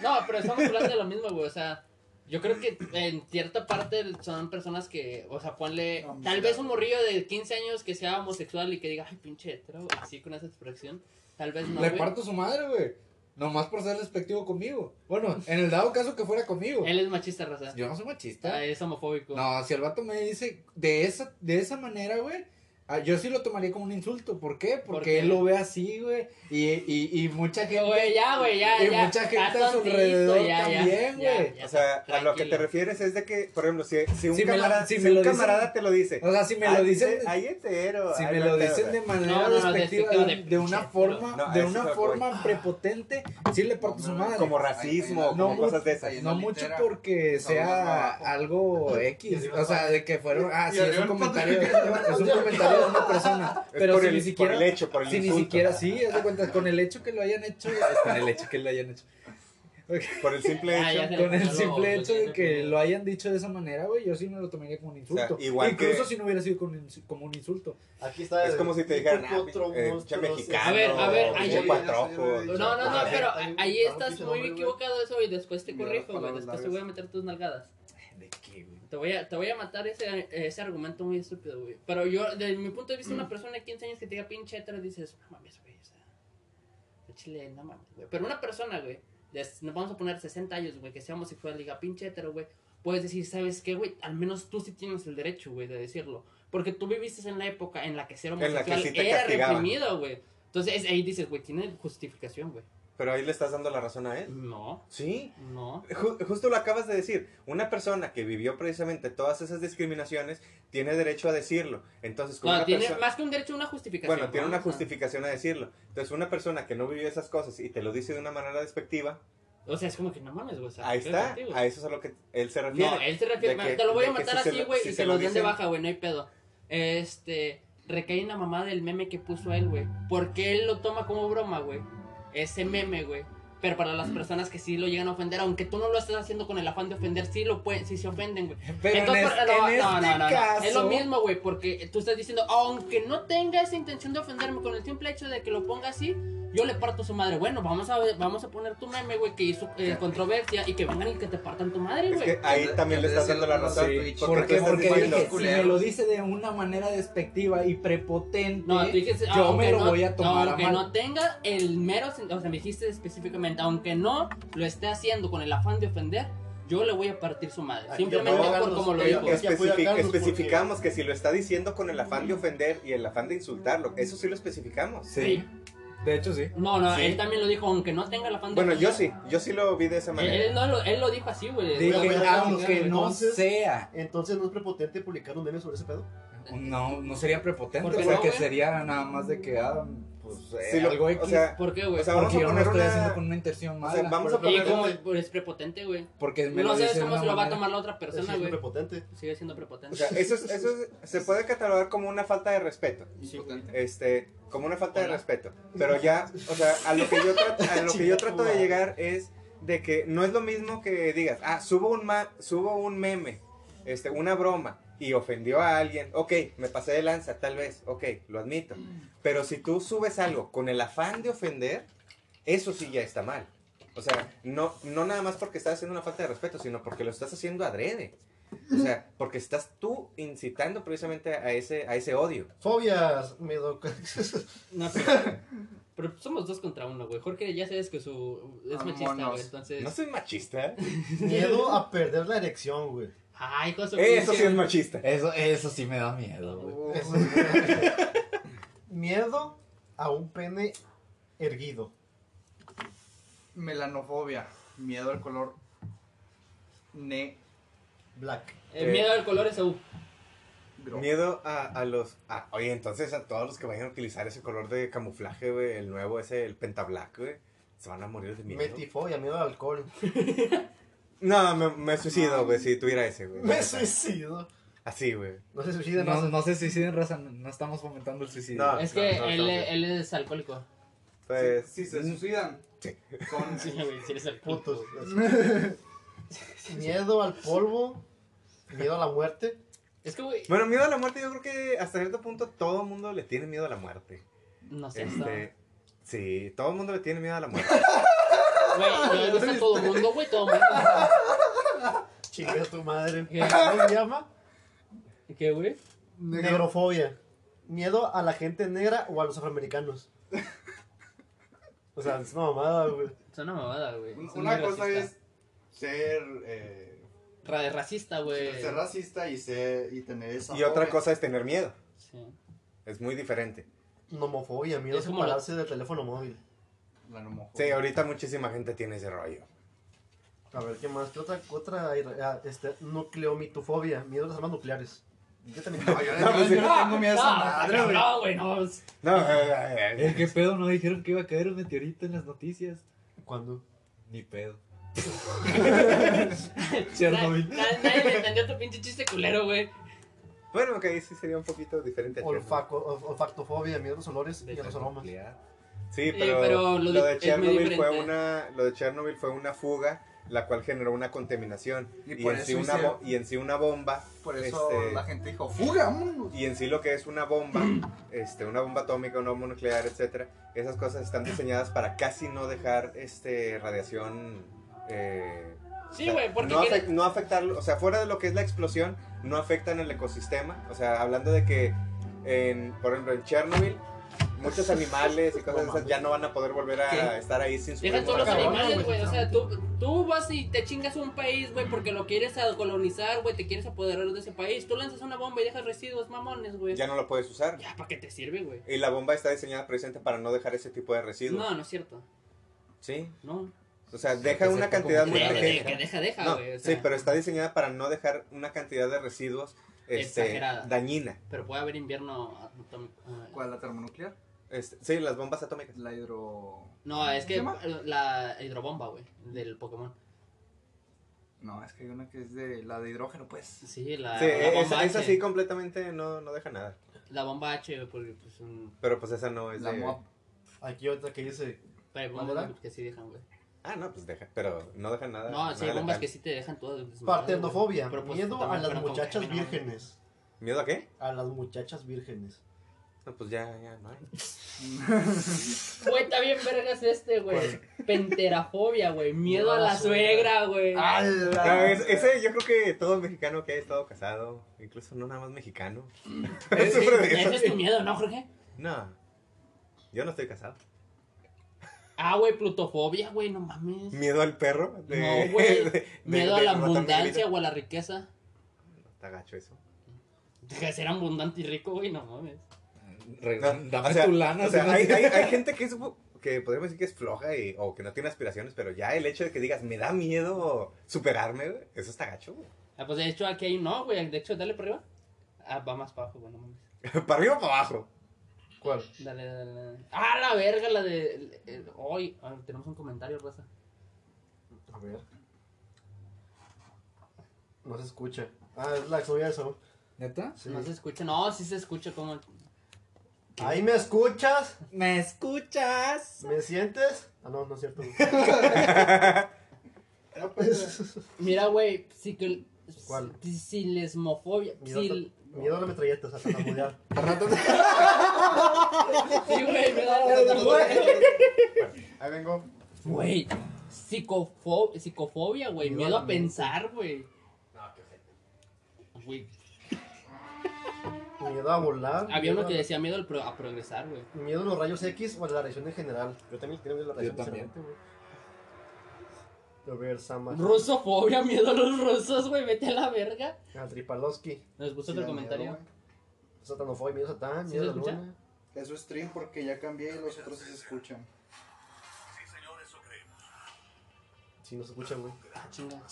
No, pero estamos hablando de lo mismo, güey. O sea, yo creo que en cierta parte son personas que, o sea, ponle.
No,
tal
sí,
vez
claro.
un morrillo de 15 años que sea homosexual y que diga, ay, pinche hetero, así con esa expresión. Tal vez no.
Le
güey.
parto su madre, güey. Nomás por ser despectivo conmigo. Bueno, en el dado caso que fuera conmigo.
Él es machista, raza.
Yo no soy machista.
Ah, Es homofóbico.
No, si el vato me dice de esa, de esa manera, güey, ah, yo sí lo tomaría como un insulto. ¿Por qué? Porque
¿Por qué?
él lo ve así, güey. Y, y, y mucha gente.
Güey, ya, güey, ya.
y
ya.
mucha gente
Haz
a su
tontito,
alrededor también,
ya,
güey.
ya,
o sea, a lo que te
tranquilo.
refieres es de que, por ejemplo, si, si un,
Si me lo-
camarada,
si
si
me
un
lo dicen-
camarada te lo dice.
O sea, si me lo
"Ay, eh,
dicen.
ay, hetero.
Si
ay,
me
no
lo
hay pedo",
dicen
o
de
sea.
manera
No, no,
despectiva,
despectiva,
de,
de
de una
pinche,
forma,
no, a
de
eso
una
me voy.
forma prepotente, sí le parto su madre.
Como racismo,
No,
como cosas de esas.
No mucho porque sea
abajo.
algo X, o sea, de que fueron, ah, sí,
Y
es
arriba
un
el
comentario, es un comentario de una persona,
Es
pero
por
si
el,
ni siquiera,
por el hecho, por el
si ni
insulto,
siquiera, sí, haz de cuenta, con el hecho que lo hayan hecho, es con el hecho que lo hayan hecho,
por el simple
Ah,
hecho.
ya se le
con el
pasó lo-
simple
lo
hecho de que
tiene.
lo hayan dicho de esa manera, güey, yo sí me lo tomaría como un insulto,
O sea, igual
incluso
que-
si no hubiera sido con un- como un insulto,
Aquí está.
Es
el-
como si te dijeran, ah,
otro
eh,
monstruo,
pinche
no sé.
mexicano,
A ver, a ver,
pinche
ahí- ya, ya,
cuatrojo.
ya, ya, ya.
No, no, no,
Ah,
pero
ahí-
ahí
ahí
estás
pinche
muy
nombre, güey.
equivocado eso y después te
Mira,
corrijo, güey.
palabras
Después te voy a
largas.
meter tus nalgadas.
de qué, güey.
Te voy a, te voy a matar ese, ese argumento muy estúpido, güey. Pero yo, desde mi punto de vista, una persona de 15 años que te diga pinche hetero, dices, no mames, güey, o sea, de chile, no mames, güey. Pero una persona, güey, des- vamos a poner 60 años, güey, que sea homosexual, diga pinche hetero, güey, puedes decir, ¿sabes qué, güey? Al menos tú sí tienes el derecho, güey, de decirlo. Porque tú viviste en la época en la que ser
la que
homosexual
sí te
era
castigaban.
reprimido, güey. Entonces es- ahí dices, güey, tiene justificación, güey.
Pero ahí le estás dando la razón a él.
No,
Sí.
no.
Ju- Justo lo acabas de decir. Una persona que vivió precisamente todas esas discriminaciones tiene derecho a decirlo. Entonces, con
No,
una
tiene
persona-
más que un derecho, una justificación.
Bueno, tiene
¿no?
una
O sea,
justificación a decirlo. Entonces, una persona que no vivió esas cosas y te lo dice de una manera despectiva,
O sea, es como que no mames, güey. o sea,
ahí
¿qué
está.
contigo?
A eso es a lo que él se refiere.
No, él se refiere.
de que-
te lo voy a
de que
matar
si se
así,
lo-
güey,
si
y
se
se
lo
los den de
dicen-
baja, güey, no hay pedo. Este. Recae en la mamá del meme que puso él, güey. Porque él lo toma como broma, güey. Ese meme, güey. Pero para las personas que sí lo llegan a ofender, aunque tú no lo estés haciendo con el afán de ofender, sí lo pueden, sí se ofenden, güey.
Pero en,
Entonces,
es-
no,
en
no, no, no,
este
no.
caso.
Es lo mismo, güey, porque tú estás diciendo, aunque no tenga esa intención de ofenderme con el simple hecho de que lo ponga así, yo le parto su madre. Bueno, vamos a ver- vamos a poner tu meme, güey, que hizo eh, controversia y que vengan y que te partan tu madre,
Es
güey.
que ahí también le estás dando la razón.
Sí,
porque
¿Por
tú
qué? Porque
estás diciendo-
dije, si me lo dice de una manera despectiva y prepotente,
No, tú dijiste,
yo
aunque
me lo
no-
voy a tomar
no,
a
aunque
mal.
no tenga el mero, sen- o sea, me dijiste específicamente, aunque no lo esté haciendo con el afán de ofender, yo le voy a partir su madre.
Ay,
Simplemente
yo voy a
por
darlos-
como lo
eh,
dijo.
es- Ya fui a
Especifi-
Carlos porque-
especificamos que si lo está diciendo con el afán de ofender y el afán de insultarlo, eso sí lo especificamos.
Sí. De hecho, sí.
No, no,
Sí.
él también lo dijo, aunque no tenga el afán de
Bueno, yo
ofender.
sí, yo sí lo vi de esa
Él,
manera.
él no lo, él lo dijo así, güey.
Dije,
voy a dejar
aunque
de-
no
entonces-
sea.
Entonces, ¿no es prepotente publicar un meme sobre ese pedo?
No, no sería prepotente,
¿Por qué no,
porque
güey?
sería nada más de que, ah, pues, eh,
Sí lo-
algo X.
o sea,
¿Por qué, güey?
o sea, vamos
porque
a
yo no lo
poner
estoy haciendo
una...
con una intención
o
mala.
sea, vamos a
Y
poner
como
una-
es prepotente, güey.
Porque me
No
lo
sabes
dice de
cómo
una
se lo va a
manera-
tomar la otra
Eso
persona,
es
güey.
prepotente.
Sigue siendo
O
prepotente.
sea, eso, es- eso es- se puede catalogar como una falta de respeto.
Sí, güey.
Este, como una falta de
Hola.
respeto. Pero ya, o sea, a lo que yo trato, a lo que yo trato de llegar es de que no es lo mismo que digas, ah, subo un, ma- subo un meme, este, una broma, y ofendió a alguien. Ok, me pasé de lanza, tal vez. Ok, lo admito. Pero si tú subes algo con el afán de ofender, eso sí ya está mal. O sea, no, no nada más porque estás haciendo una falta de respeto, sino porque lo estás haciendo adrede. O sea, porque estás tú incitando precisamente a ese, a ese odio.
Fobias, miedo.
No, pero, pero somos dos contra uno, güey. Jorge ya sabes que su es machista, güey.
Vámonos.
Entonces.
¿No soy machista?
miedo a perder la erección, güey.
Ay, hijo de su
Eso
pinche-
sí es machista.
Eso, eso sí me da miedo, güey.
Eso. miedo a un pene erguido.
Melanofobia. Miedo al color. Negro.
Black.
El miedo al color es U.
Miedo a, a los... ah, oye, entonces a todos los que vayan a utilizar ese color de camuflaje, güey, el nuevo, ese, el pentablack, güey, se van a morir de miedo.
Metifobia, miedo al alcohol.
No, me, me suicido, güey, si tuviera ese, güey.
Me suicido.
Así, güey.
No se suiciden,
No,
no.
no se suiciden, raza, no- no estamos fomentando el suicidio.
No.
Es que
no,
él,
no,
él es alcohólico.
Pues...
Si se suicidan.
Sí.
Son
Sí, güey, si eres alcohólico.
Putos. miedo al polvo. Miedo a la muerte.
Es que, güey.
Bueno, miedo a la muerte, yo creo que hasta cierto punto todo el mundo le tiene miedo a la muerte.
No sé, está-
Este, sí, todo el mundo le tiene miedo a la muerte.
Güey, le gusta a todo el mundo, güey, todo el mundo.
Chingue a tu madre.
¿Qué?
¿Cómo se llama?
¿Qué, güey?
Negrofobia. Miedo a la gente negra o a los afroamericanos. O sea, es una mamada, güey.
Es una mamada, güey.
Un-
Es
Una
muy
cosa
racista.
es ser, eh,
Ra- racista, güey.
ser racista y, ser, y tener esa.
Y otra
fobia.
cosa es tener miedo.
Sí.
Es muy diferente.
Nomofobia, miedo a
Es como
separarse del teléfono móvil.
La
Sí,
nomofobia.
ahorita muchísima gente tiene ese rollo.
A ver, ¿qué más? ¿Qué otra? qué otra hay? Ah, este, nucleomitofobia, miedo a las armas nucleares. Yo también.
No, yo,
No, pues
yo
sí.
no tengo miedo a esa
No,
madre, güey.
No, güey, no. es-
No, eh, eh,
Eh, ¿Qué pedo? No dijeron que iba a caer un meteorito en las noticias.
¿Cuándo?
Ni pedo.
Na-
Chernobyl.
na- Nadie le entendió tu pinche chiste culero, güey.
Bueno, que ahí sí sería un poquito diferente.
Olfaco, olf- olfactofobia, miedo a los olores y a los aromas.
Nuclear.
Sí,
Sí,
pero,
pero lo
lo,
di-
de
es muy
Chernobyl fue
diferente.
una, lo de Chernobyl fue una fuga, la cual generó una contaminación
Y
y,
por
en, sí
eso
una
hice-
bo- y en sí una bomba.
Por eso
este,
la gente dijo: ¡Fuga! vámonos".
y en sí lo que es una bomba, este, una bomba atómica, una bomba nuclear, etcétera, esas cosas están diseñadas para casi no dejar este radiación. eh,
Sí,
sea,
güey, porque.
no,
quiere-
afec- no afectarlo, o sea, fuera de lo que es la explosión, no afectan el ecosistema. O sea, hablando de que, en, por ejemplo, en Chernobyl, muchos animales y cosas de esas ya no van a poder volver a
¿Qué?
estar ahí sin su
Deja todos
mismo
los
razón.
animales, güey. O sea, tú, tú vas y te chingas un país, güey, porque lo quieres a- colonizar, güey, te quieres apoderar de ese país. Tú lanzas una bomba y dejas residuos mamones, güey.
Ya no lo puedes usar.
Ya, ¿para qué te sirve, güey?
Y la bomba está diseñada presente para no dejar ese tipo de residuos.
No, no es cierto.
Sí.
No.
O sea, deja
que
una
sepa
cantidad
cómo
muy
Deja,
pequeña.
deja, deja, deja,
No,
güey. o
sí,
sea,
pero está diseñada para no dejar una cantidad de residuos este,
Exagerada.
dañina.
pero puede haber invierno atómico. Ah,
¿Cuál? ¿La termonuclear?
Este, sí, las bombas atómicas.
La hidro...
No, es que
¿Cómo se
la hidrobomba, güey, del Pokémon.
No, es que hay una que es de la de hidrógeno, pues.
Sí, la,
Sí,
la
es,
bomba
esa
H.
sí completamente no, no deja nada.
La bomba H, güey, porque pues un...
Pero pues esa no es
La
de-
MOAP.
Aquí otra que dice,
Hay
¿Ahora?
bombas que sí dejan, güey.
Ah, no, pues deja. Pero no deja nada.
No, sí, hay
nada
bombas
letal.
que sí te dejan todo desmadre,
Partenofobia,
güey. Pues, Pero, pues,
miedo a
también
las
fueron como que,
muchachas
"Ay, no, no".
vírgenes.
¿Miedo a qué?
A las muchachas vírgenes.
No, pues ya, ya, no hay.
Güey, está bien vergas este, güey. Penterafobia, güey. Miedo a la suegra, güey.
Ah,
No, Ah, es- ese yo creo que todo mexicano que haya estado casado, incluso no nada más mexicano, sufre de eso.
Ese es tu miedo, ¿no, Jorge?
No, yo no estoy casado.
Ah, güey, plutofobia, güey, no mames.
Miedo al perro. de-
No, güey.
de- de-
Miedo
de
a la
matar
abundancia
animalitos.
o a la riqueza.
Está gacho eso.
Deja de ser abundante y rico, güey, no mames.
No,
Dame
o sea,
tu
Ah,
lana.
O sea,
si no-
hay, hay- hay gente que es que podríamos decir que es floja y, o que no tiene aspiraciones, pero ya el hecho de que digas, me da miedo superarme, güey, eso está gacho. güey.
Ah, pues de hecho aquí hay no, güey. De hecho, dale para arriba. Ah, va más para abajo, güey, no mames.
para arriba o para abajo.
¿Cuál?
Dale, dale, dale. Ah, la verga, la de. el- el- Hoy ah, tenemos un comentario, raza.
A ver. No se escucha. Ah, es la novia de Saúl.
¿Neta?
Sí.
No se escucha. No, sí se escucha como.
Ahí me escuchas,
¿Me escuchas?
me sientes. Ah, no, no es cierto.
Era pues,
Mira, güey, si que.
¿Cuál?
Si, si lesmofobia.
Miedo,
si-
a, miedo a la metralleta, o sea, a modear.
Sí, güey, me da la güey.
ahí vengo.
Güey, psicofo- psicofobia, güey. Miedo a pensar, güey. Güey,
Miedo a volar.
había
miedo
uno que
a-
decía miedo al pro- a progresar, güey.
Miedo a los rayos X o a la radiación en general. Yo también tengo miedo a la
Yo
radiación
también.
general, güey. A ver, Sama.
Rusofobia, miedo a los rusos, güey. Vete a la verga.
Al Tripalowski.
Nos gusta
Sí,
otro
da miedo,
comentario.
güey.
Satanofobia, miedo a Satán,
¿Sí
miedo
se
a la
escucha?
luna.
Eso es stream porque ya cambié y los otros sí se escuchan.
Sí, no se escucha, güey.
Ah, chinga.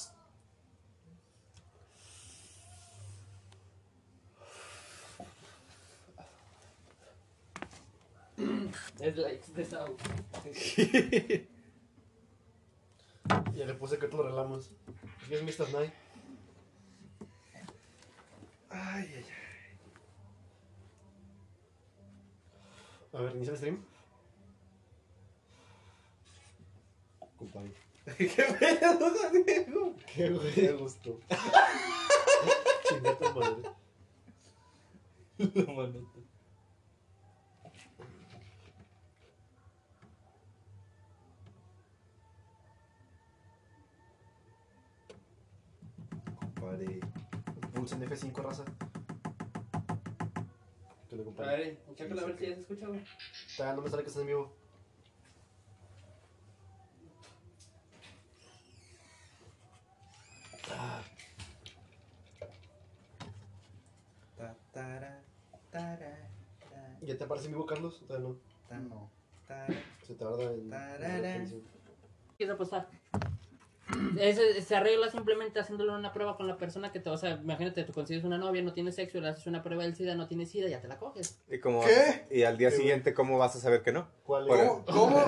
Es la ex de Saúl.
Ya le puse que te lo relamos. Es que es Mr. Night.
Ay, ay, ay.
A ver, inicia el stream. Qué güey.
Qué gusto.
Chinga tu madre.
Compadre.
Pulsa en F5, raza. Que lo
A
comparé.
ver, chécalo a ver si ya se escucha, güey.
Ta, No me sale que estás en vivo.
Ta, tara, tara, ta,
¿Ya te aparece en vivo, Carlos? O Todavía no.
ta, no. Tara.
Se tarda en.
Tarara.
¿Qué va a pasar? Ese- se arregla simplemente haciéndole una prueba con la persona que te vas a. Imagínate, tú consigues una novia, no tienes sexo, le haces una prueba del SIDA, no tienes SIDA, ya te la coges.
Y, como,
¿Qué?
y al día
Sí, güey.
siguiente, ¿cómo vas a saber que no?
¿Cuál
Por-
es?
¿Cómo? ¿Cómo?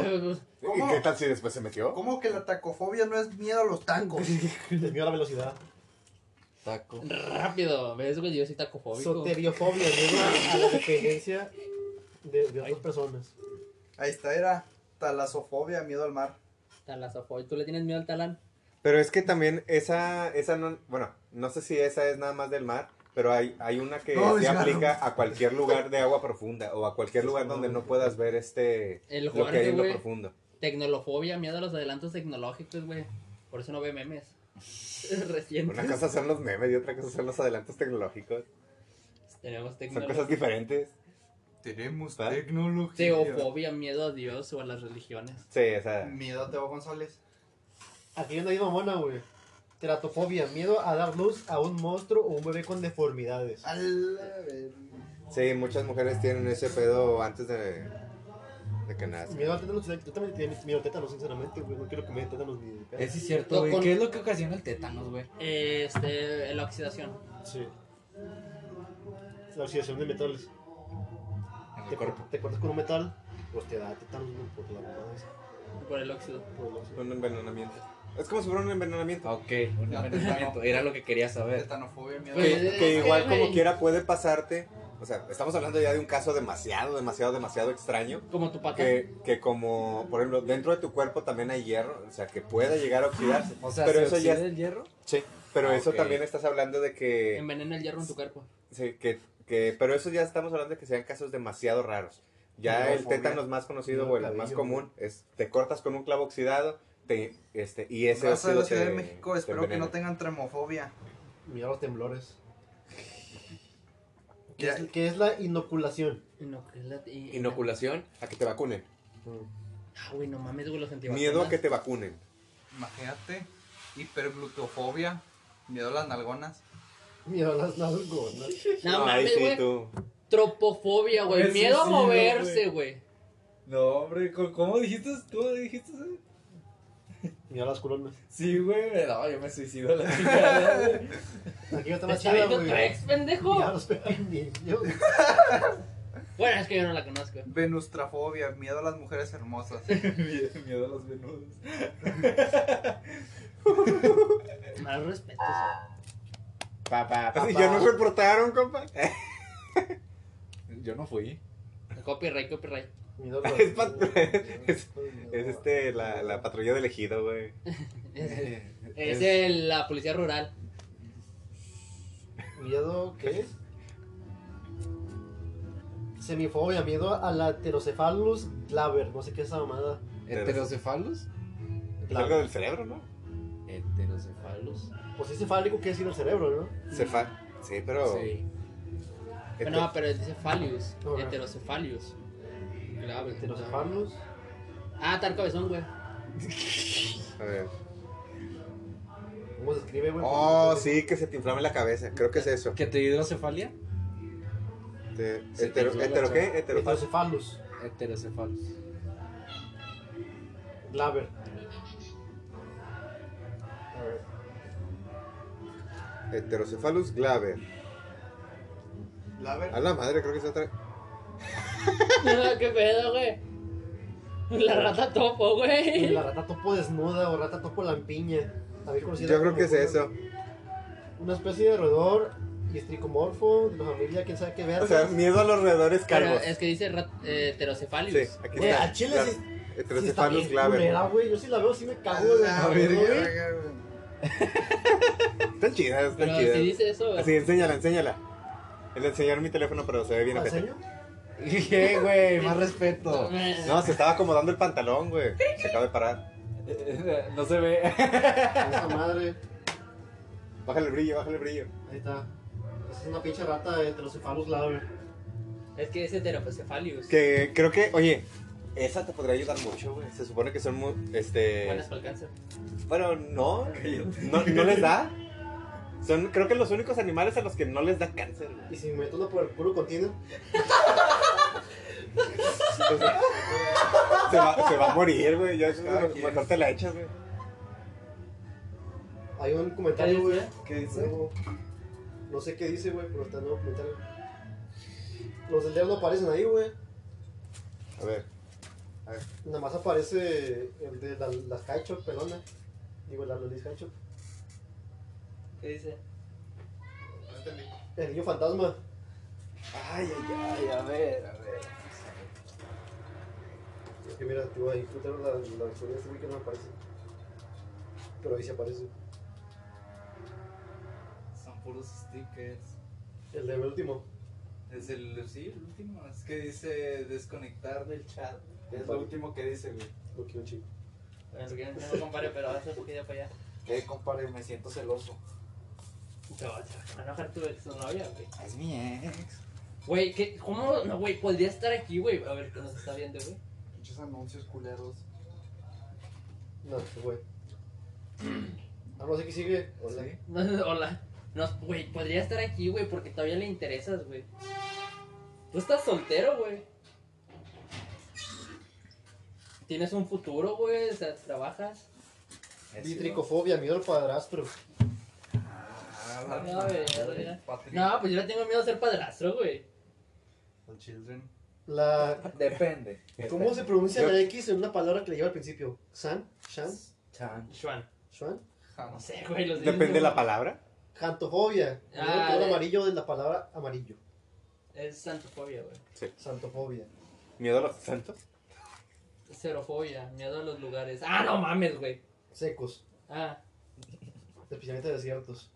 ¿Y
¿Cómo?
qué tal si después se metió?
¿Cómo que la tacofobia no es miedo a los tacos?
El miedo a la velocidad.
Taco.
Rápido, ¿ves, güey? Yo soy tacofóbico.
Soteriofobia, miedo a- a la dependencia de, de otras personas.
Ahí está, era talasofobia, miedo al mar.
Talasofobia. ¿Tú le tienes miedo al talán?
Pero es que también esa, esa no, bueno, no sé si esa es nada más del mar, pero hay, hay una que
No,
se
es mar.
aplica a cualquier lugar de agua profunda o a cualquier lugar donde no puedas ver este
El
lo que hay
Jorge,
en lo
güey.
profundo.
Tecnolofobia, miedo a los adelantos tecnológicos, güey. Por eso no ve memes.
Una
Recientes.
cosa son los memes y otra cosa son los adelantos tecnológicos.
Tenemos
Son cosas
tecnología.
diferentes.
Tenemos
¿Ah?
tecnología.
Teofobia, miedo a Dios o a las religiones.
Sí, o sea.
Miedo a Teo González.
Aquí no hay mamona, güey. Teratofobia, miedo a dar luz a un monstruo o un bebé con deformidades.
A la ver-
Sí, muchas mujeres tienen ese pedo antes de, de que nazca.
Miedo a tétanos, yo también tenía miedo a tétanos, sinceramente, güey. No quiero que me den tétanos ni de pedo.
Ese es cierto, güey.
Con-
¿Qué es lo que ocasiona el tétanos, güey?
Este, la oxidación.
Sí. La oxidación de metales.
En
Te,
el cuerpo.
te cortas con un metal, pues te da tétanos, güey, por la mamada esa,
Por el óxido.
por la oxidación.
Un envenenamiento. Es como si fuera un envenenamiento.
Ok, un envenenamiento. Era lo que quería saber.
Tetanofobia, miedo
Pues,
a
Que,
es
que
que,
igual como
güey.
quiera puede pasarte. O sea, estamos hablando ya de un caso demasiado, demasiado, demasiado extraño.
Como tu pata.
Que, que como, por ejemplo, dentro de tu cuerpo también hay hierro. O sea, que pueda llegar a oxidarse.
O sea,
pero
¿se
eso
oxida
ya es-
el hierro?
Sí,
Ah,
pero eso
Ok.
también estás hablando de que...
Envenena el hierro en tu cuerpo.
Sí, que, que- pero eso ya estamos hablando de que sean casos demasiado raros. Ya
No,
el
fobia.
tétanos más conocido
No,
o el más
cabello,
común es te cortas con un clavo oxidado te, este, y ese
Raza de
óxido
la Ciudad
te-
de México,
te
espero que no
envenena.
tengan tremofobia.
Miedo a los temblores. ¿Qué
Ya.
es, qué es la inoculación?
Inoculate- y-
Inoculación.
A que te vacunen. Mm.
Ah, güey, no mames, güey, los antivacunas.
Miedo a que te vacunen.
Imagínate. Hiperglutofobia. Miedo a las nalgonas.
Miedo a las nalgonas.
No
Ay,
mames,
sí,
güey.
tú.
Tropofobia, güey.
Pues
Güey,
Miedo a
suicidio,
moverse, güey.
No, hombre, ¿cómo- ¿cómo dijiste tú? ¿Dijiste eso?
Miedo a las culonas.
Sí, güey, me- no, yo me suicido a la chingada, güey.
Aquí yo
¿Te
te más
¿Estás
chida,
viendo
güey.
Trex, pendejo?
Miedo a los pepinillos.
Bueno, es que yo no la conozco.
Venustrafobia. Miedo a las mujeres hermosas.
Miedo- Miedo a los venudos.
Más respeto.
Papá,
Así, ya no reportaron, compa.
Yo no fui.
Copyright, copyright.
Miedo a
Es pat-
las
es- Es este, la, la patrulla del ejido, güey.
Es, es
Es-
el- la policía rural.
Miedo, ¿qué? Semifobia, miedo a la heterocephalus glaber, no sé qué es esa mamada.
¿Heterocefalos?
Es
Claro.
algo del cerebro, ¿no?
¿Heterocefalos?
Pues es cefálico que es en el cerebro,
Cefa. Sí, pero.
Sí.
este-
Bueno, no, pero dice falius.
Ok.
Heterocefalius.
¿no?
Claro,
Heterocephalus.
Ah, tal cabezón, güey.
a ver.
¿Cómo se escribe, güey?
Oh, sí, que se te inflame la cabeza. Creo que es eso.
¿Que te hidrocefalia?
De-
Se te
hetero,
inflama
hetero
la
qué? Hetero-
Heterocephalus
Heterocefalos.
glaber.
Heterocephalus glaber.
La ver-
A la madre, creo que es otra.
¿Qué pedo, güey? La rata topo,
Y
güey.
La rata topo desnuda o rata topo lampiña. También conocida
Yo creo
como
que es
una-
eso.
Una especie de roedor y estricomorfo de la familia, quién sabe qué verga.
O sea, miedo a los roedores
Pero
calvos.
es que dice rat- eh,
Sí,
heterocefalius.
aquí
Güey,
está.
al chile
Claro.
sí- sí está
Heterocephalus
bien
glaber.
culera, güey. Yo sí la veo, sí me
A
cago de
la
miedo, güey.
verga, güey.
Están chidas,
Pero pues.
están
si
chidas.
dice eso, güey.
Así, enséñala, enséñala. El enseñar mi teléfono, pero se ve bien
¿En
ojete.
serio?
¿Qué, güey? Más respeto.
Eh,
No, se estaba acomodando el pantalón, güey. Se acaba de parar.
No se ve.
Esa madre.
Bájale el brillo, bájale el brillo.
Ahí está. Esa es una pinche rata de Heterocephalus glaber.
Es que es heterocefalius.
Que creo que, oye, esa te podría ayudar mucho, güey. Se supone que son muy, este...
Buenas para el cáncer.
Bueno, no. No, no les da. Son, creo que los únicos animales a los que no les da cáncer, güey.
Y si me meto una por el culo contiene.
Se va, se va a morir, güey. Ya eso
Cada
es
quien.
mejor te la echas, güey.
Hay un comentario, güey.
¿Qué dice?
nuevo. No sé qué dice, güey, pero está el nuevo comentario. Los del diablo aparecen ahí, güey.
A ver.
Nada más aparece el de la- las Kaichop, pelona. Digo, la Lolis Kaichop.
¿Qué dice?
El niño fantasma.
Ay, ay, ay, a ver, a ver.
Es que mira, te voy a disfrutar la, la versión de este güey que no aparece. Pero ahí sí aparece.
Son puros stickers.
El del último.
Es el, sí, el último. Es que dice desconectar del chat. Es
Vale.
lo último que dice, güey.
Lo quiero chico.
Es que no lo compare, pero hace poquito para allá.
Eh, compadre, me siento celoso.
Te vas a enojar tu ex novia, güey.
Es mi ex.
Güey, ¿qué? ¿cómo? No, güey, podría estar aquí, güey. A ver, ¿qué nos está viendo, güey?
Muchos anuncios culeros.
No, se fue. Ah, no sé qué sigue. Hola.
Hola. No, güey, podría estar aquí, güey, porque todavía le interesas, güey. Tú estás soltero, güey. Tienes un futuro, güey, o sea, trabajas.
Vitricofobia, miedo al padrastro.
Ah, verga. No, pues yo le tengo miedo a ser padrastro, güey.
The Children.
La...
Depende.
¿Cómo se pronuncia la X en una palabra que le lleva al principio? ¿San? ¿Shan?
Chan.
Juan,
¿Shuan?
no sé, güey, los
Depende de la palabra.
Jantofobia. Miedo al
Ah,
color
eh.
amarillo de la palabra amarillo.
Es santofobia, güey.
Santofobia.
Miedo a los santos.
Cerofobia, miedo a los lugares. Ah, no mames, güey.
Secos.
Ah,
Especialmente desiertos.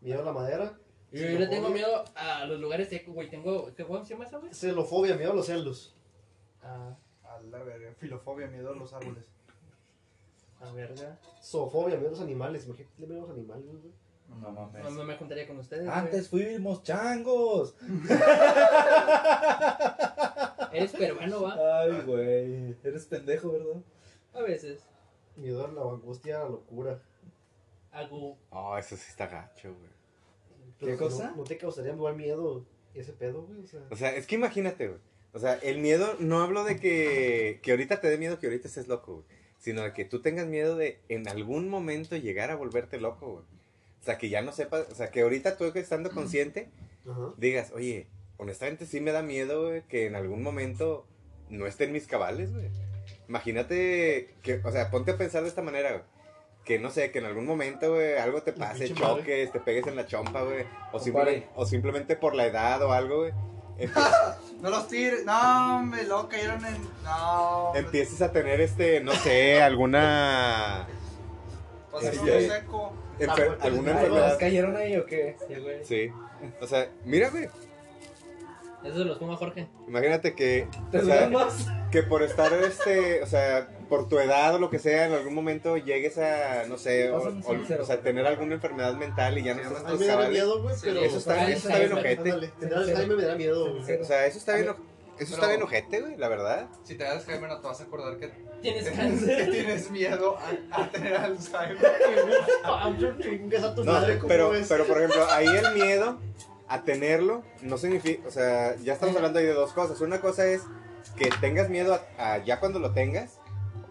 Miedo a la madera.
yo, yo le tengo
Xenofobia.
miedo a los lugares secos, güey. Tengo, ¿qué juego se llama esa, güey?
Celofobia, miedo a los celos.
Ah,
A la verga. Filofobia, miedo a los árboles.
a verga.
Zoofobia, miedo a los animales. Imagínate, miedo a los animales, güey.
No
No,
mames.
no me juntaría con ustedes, güey.
Antes fuimos changos.
Eres peruano, va.
Ay, güey. Eres pendejo, ¿verdad?
A veces.
Miedo a la angustia, a la locura.
Hago.
Oh, eso sí está gacho, güey.
Pero
¿Qué
no-
cosa?
No, te causaría igual miedo ese pedo, güey. O sea,
O sea, es que imagínate, güey. O sea, el miedo, no hablo de que, que ahorita te dé miedo que ahorita estés loco, güey. Sino de que tú tengas miedo de en algún momento llegar a volverte loco, güey. O sea, que ya no sepas, o sea, que ahorita tú que estando consciente,
ajá.
digas, oye, honestamente sí me da miedo, güey, que en algún momento no esté en mis cabales, güey. Imagínate que, o sea, ponte a pensar de esta manera, güey. Que no sé, que en algún momento, güey, algo te pase,
pinche madre.
choques, te pegues en la chompa, güey. O,
Compadre.
simplemente, o simplemente por la edad o algo, güey. empie-
No los tires. No, me lo cayeron en. No.
empieces a tener este, no sé, alguna
Pasaron
Este-
un seco.
enfer-
vuelta
alguna
del
Ay, güey, ¿las
enfermedad.
cayeron ahí o qué?
Sí, güey.
Sí. O sea, mira, güey,
Eso se los como a Jorge.
imagínate que
¿Te
o sea,
duelen más?
que por estar este, o sea, por tu edad o lo que sea, en algún momento llegues a no sé, o,
Pásame
o-
sincero.
o sea, tener alguna enfermedad mental y ya no estás
A mí
tus
me da
cabales.
miedo, güey, pero.
Eso está, eso está bien ojete.
Ándale, tener Alzheimer me da miedo, güey.
O sea, eso está bien, o- eso está
Pero-
bien ojete, güey, la verdad.
Si te das Alzheimer, no te vas a acordar que,
Tienes
que
cáncer.
tienes miedo a, a tener Alzheimer.
Chingas Ah, a tu
No,
madre, ¿cómo
pero,
ves?
pero por ejemplo, ahí el miedo a tenerlo no significa, o sea, ya estamos hablando ahí de dos cosas. Una cosa es que tengas miedo a, a ya cuando lo tengas,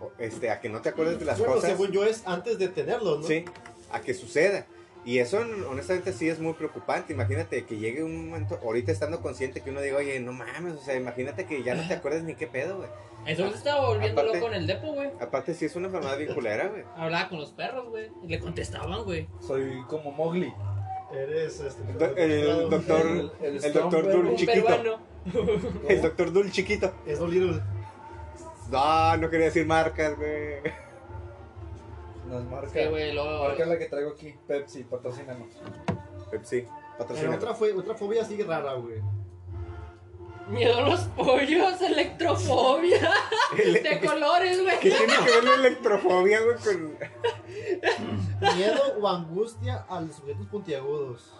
o, este, a que no te acuerdes de las
bueno,
cosas,
según yo es antes de tenerlo, ¿no?
sí, a que suceda. Y eso honestamente sí es muy preocupante. Imagínate que llegue un momento, ahorita estando consciente, que uno diga, oye, no mames, o sea, imagínate que ya no te acuerdes ni qué pedo, güey.
Eso se estaba volviendo
Aparte-
loco en el depo, güey.
Aparte sí es una enfermedad bien culera, güey.
Hablaba con los perros, güey. y Le contestaban, güey.
Soy como Mowgli.
Eres este.
Do- el doctor, el doctor
Stromberg.
Dulce.
Un
chiquito.
peruano.
el doctor Dul chiquito.
Es dolido.
No, no quería decir marcas, güey.
Nos marca.
Sí, güey, luego.
Marca la que traigo aquí. Pepsi, patrocínanos.
Pepsi,
Pero
patrocina.
otra, fue, otra fobia así rara, güey.
Miedo a los pollos, electrofobia. De colores, güey.
¿Qué tiene que ver la electrofobia, güey, con...?
Miedo o angustia a los sujetos puntiagudos.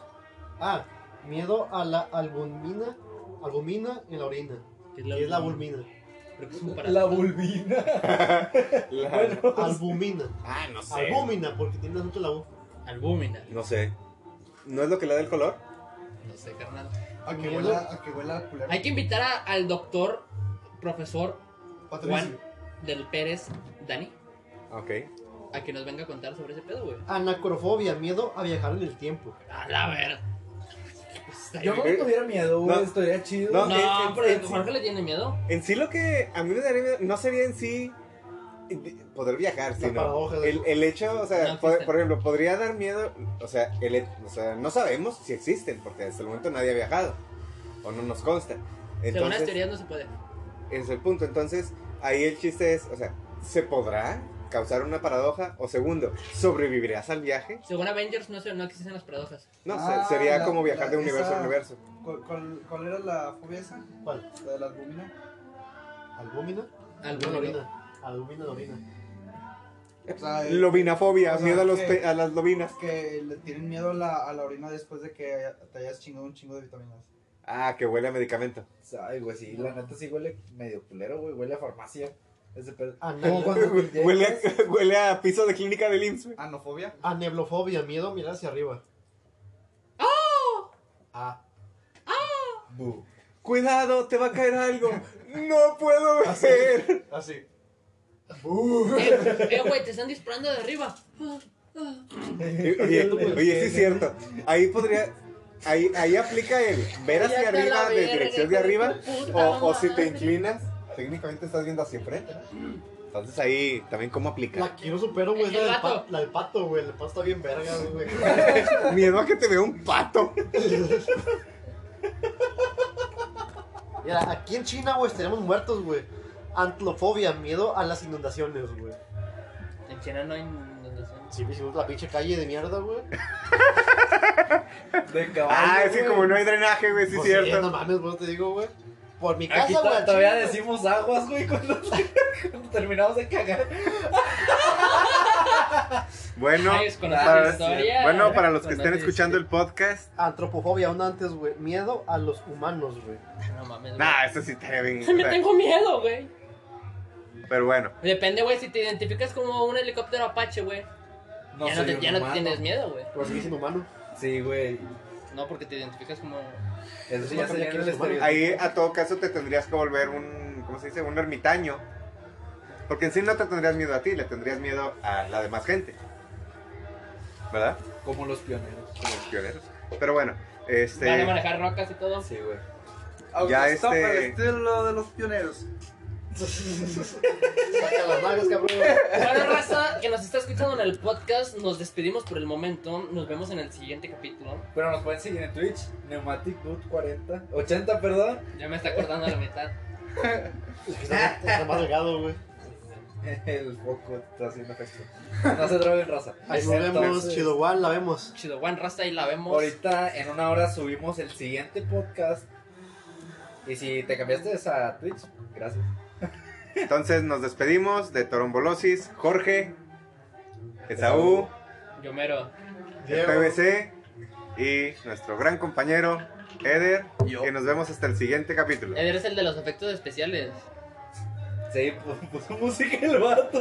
Ah, miedo a la albumina, albumina en la orina. Y es la albumina.
Creo que es un
La
parásito.
bulbina.
La-
Albumina.
Ah, no sé.
Albumina, porque tiene acento la U.
Albúmina.
No sé. ¿No es lo que le da el color?
No sé, carnal.
A que huela, a que huela a culero.
Hay que invitar a- al doctor, profesor
Patricio.
Juan del Pérez Dani,
Ok.
a que nos venga a contar sobre ese pedo, güey.
Anacrofobia, miedo a viajar en el tiempo.
A la ver.
Yo no tuviera miedo, güey.
No.
Estaría chido.
No.
No,
en- en-
pero Jorge le tiene miedo.
En sí lo que a mí me daría miedo no sería en sí poder viajar, sino
paradoja de-
el, el hecho, o sea,
No
po- por,
existen.
ejemplo, podría dar miedo, o sea, el, he- o sea, no sabemos si existen, porque hasta el momento nadie ha viajado, o no nos consta.
Según las
Entonces,
teorías no se puede.
ese es el punto. Entonces, ahí el chiste es, o sea, ¿se podrá causar una paradoja? O segundo, ¿sobrevivirás al viaje?
Según Avengers no, se, no existen las paradojas.
No
Ah,
sé, sería
la-
como viajar
la-
de universo
esa-
a universo.
¿Cuál, cuál, cuál era la fobia esa?
¿Cuál?
La de la albúmina.
Albumina.
Alguna vez.
Albumina en la orina.
O sea, el-
Lobinafobia,
Ah, eh. o sea,
miedo a, los
que-
pe- a las lobinas.
que le tienen miedo a la, a la orina después de que te hayas chingado un chingo de vitaminas.
Ah, que huele a medicamento.
Ay, güey, sí, la neta sí huele medio culero, güey. Huele a farmacia. Ese pedo.
Ana-
Como cuando llegas-
Huele a, huele a piso de clínica del IMSS,
Ah,
güey.
Anofobia.
Aneblofobia, miedo a mirar hacia arriba. Ah.
Ah, Bu.
Cuidado, te va a caer algo. No puedo
Ah,
ver.
Así.
Eh, eh, güey, te están disparando de arriba.
Oye, oye, sí es cierto. Ahí podría. Ahí, ahí aplica el ver hacia
Ya te la
arriba de
verga,
dirección de
hijo de
arriba.
tu puta
O, o si te
madre.
inclinas, técnicamente estás viendo hacia enfrente. ¿no? Entonces ahí también, ¿cómo aplica?
La que yo supero, güey, es la
El
del,
gato.
pa- la del pato, güey. El pato está bien verga, güey.
Miedo a que te vea un pato.
Mira, aquí en China, güey, estaríamos muertos, güey. Antlofobia, miedo a las inundaciones, güey.
En China no hay inundación.
Si hicimos la pinche calle de mierda, güey.
De caballo.
Ah, es que
güey.
como no hay drenaje, güey, sí es
Pues sí, no
cierto.
mames, vos te digo, güey. Por mi
Aquí
casa,
to-
güey. al
todavía
chile, güey.
decimos aguas, güey, cuando, cuando terminamos de cagar.
Bueno,
Ay, es con la
para-
historia.
bueno, para los que
Con la
estén escuchando el
historia.
podcast,
Antropofobia, aún antes, güey. Miedo a los humanos, güey.
No mames,
nah,
güey.
eso sí estaría bien.
Se me tengo miedo, güey.
Pero bueno.
Depende, güey, si te identificas como un helicóptero apache, güey. ya no,
soy
te,
un
ya no te
humano.
tienes miedo, güey.
Por si es inhumano.
Sí, güey.
No, porque te identificas como...
Eso sí ya
Pero
sería
ya que
el
eres humano.
estereotipo.
Ahí a todo caso te tendrías que volver un, ¿cómo se dice? Un ermitaño. Porque en sí no te tendrías miedo a ti, le tendrías miedo a la demás gente. ¿Verdad?
Como los pioneros.
Como los pioneros. Pero bueno, este...
Van a manejar rocas y todo.
Sí, güey.
Ya
Autostop al
este-
estilo de los pioneros.
Saca las nalgas, cabrón.
Bueno, raza, que nos está escuchando en el podcast, nos despedimos por el momento. Nos vemos en el siguiente capítulo.
Pero nos pueden seguir en Twitch, Pneumatic Boot 40, 80, perdón.
Ya me está acordando a la mitad.
Es que está está más delgado, güey.
El foco está haciendo efecto. No se droguen raza.
Ahí nos vemos,
Entonces,
chido, igual, la vemos.
Chido, Juan, raza, ahí la vemos.
Ahorita en una hora subimos el siguiente podcast. Y si te cambiaste a Twitch, gracias.
Entonces nos despedimos de Torombolosis, Jorge, Esaú,
Yo mero.
el PBC y nuestro gran compañero Eder.
Yo.
Y nos vemos hasta el siguiente capítulo.
Eder es el de los efectos especiales.
Sí, pu- puso música el vato.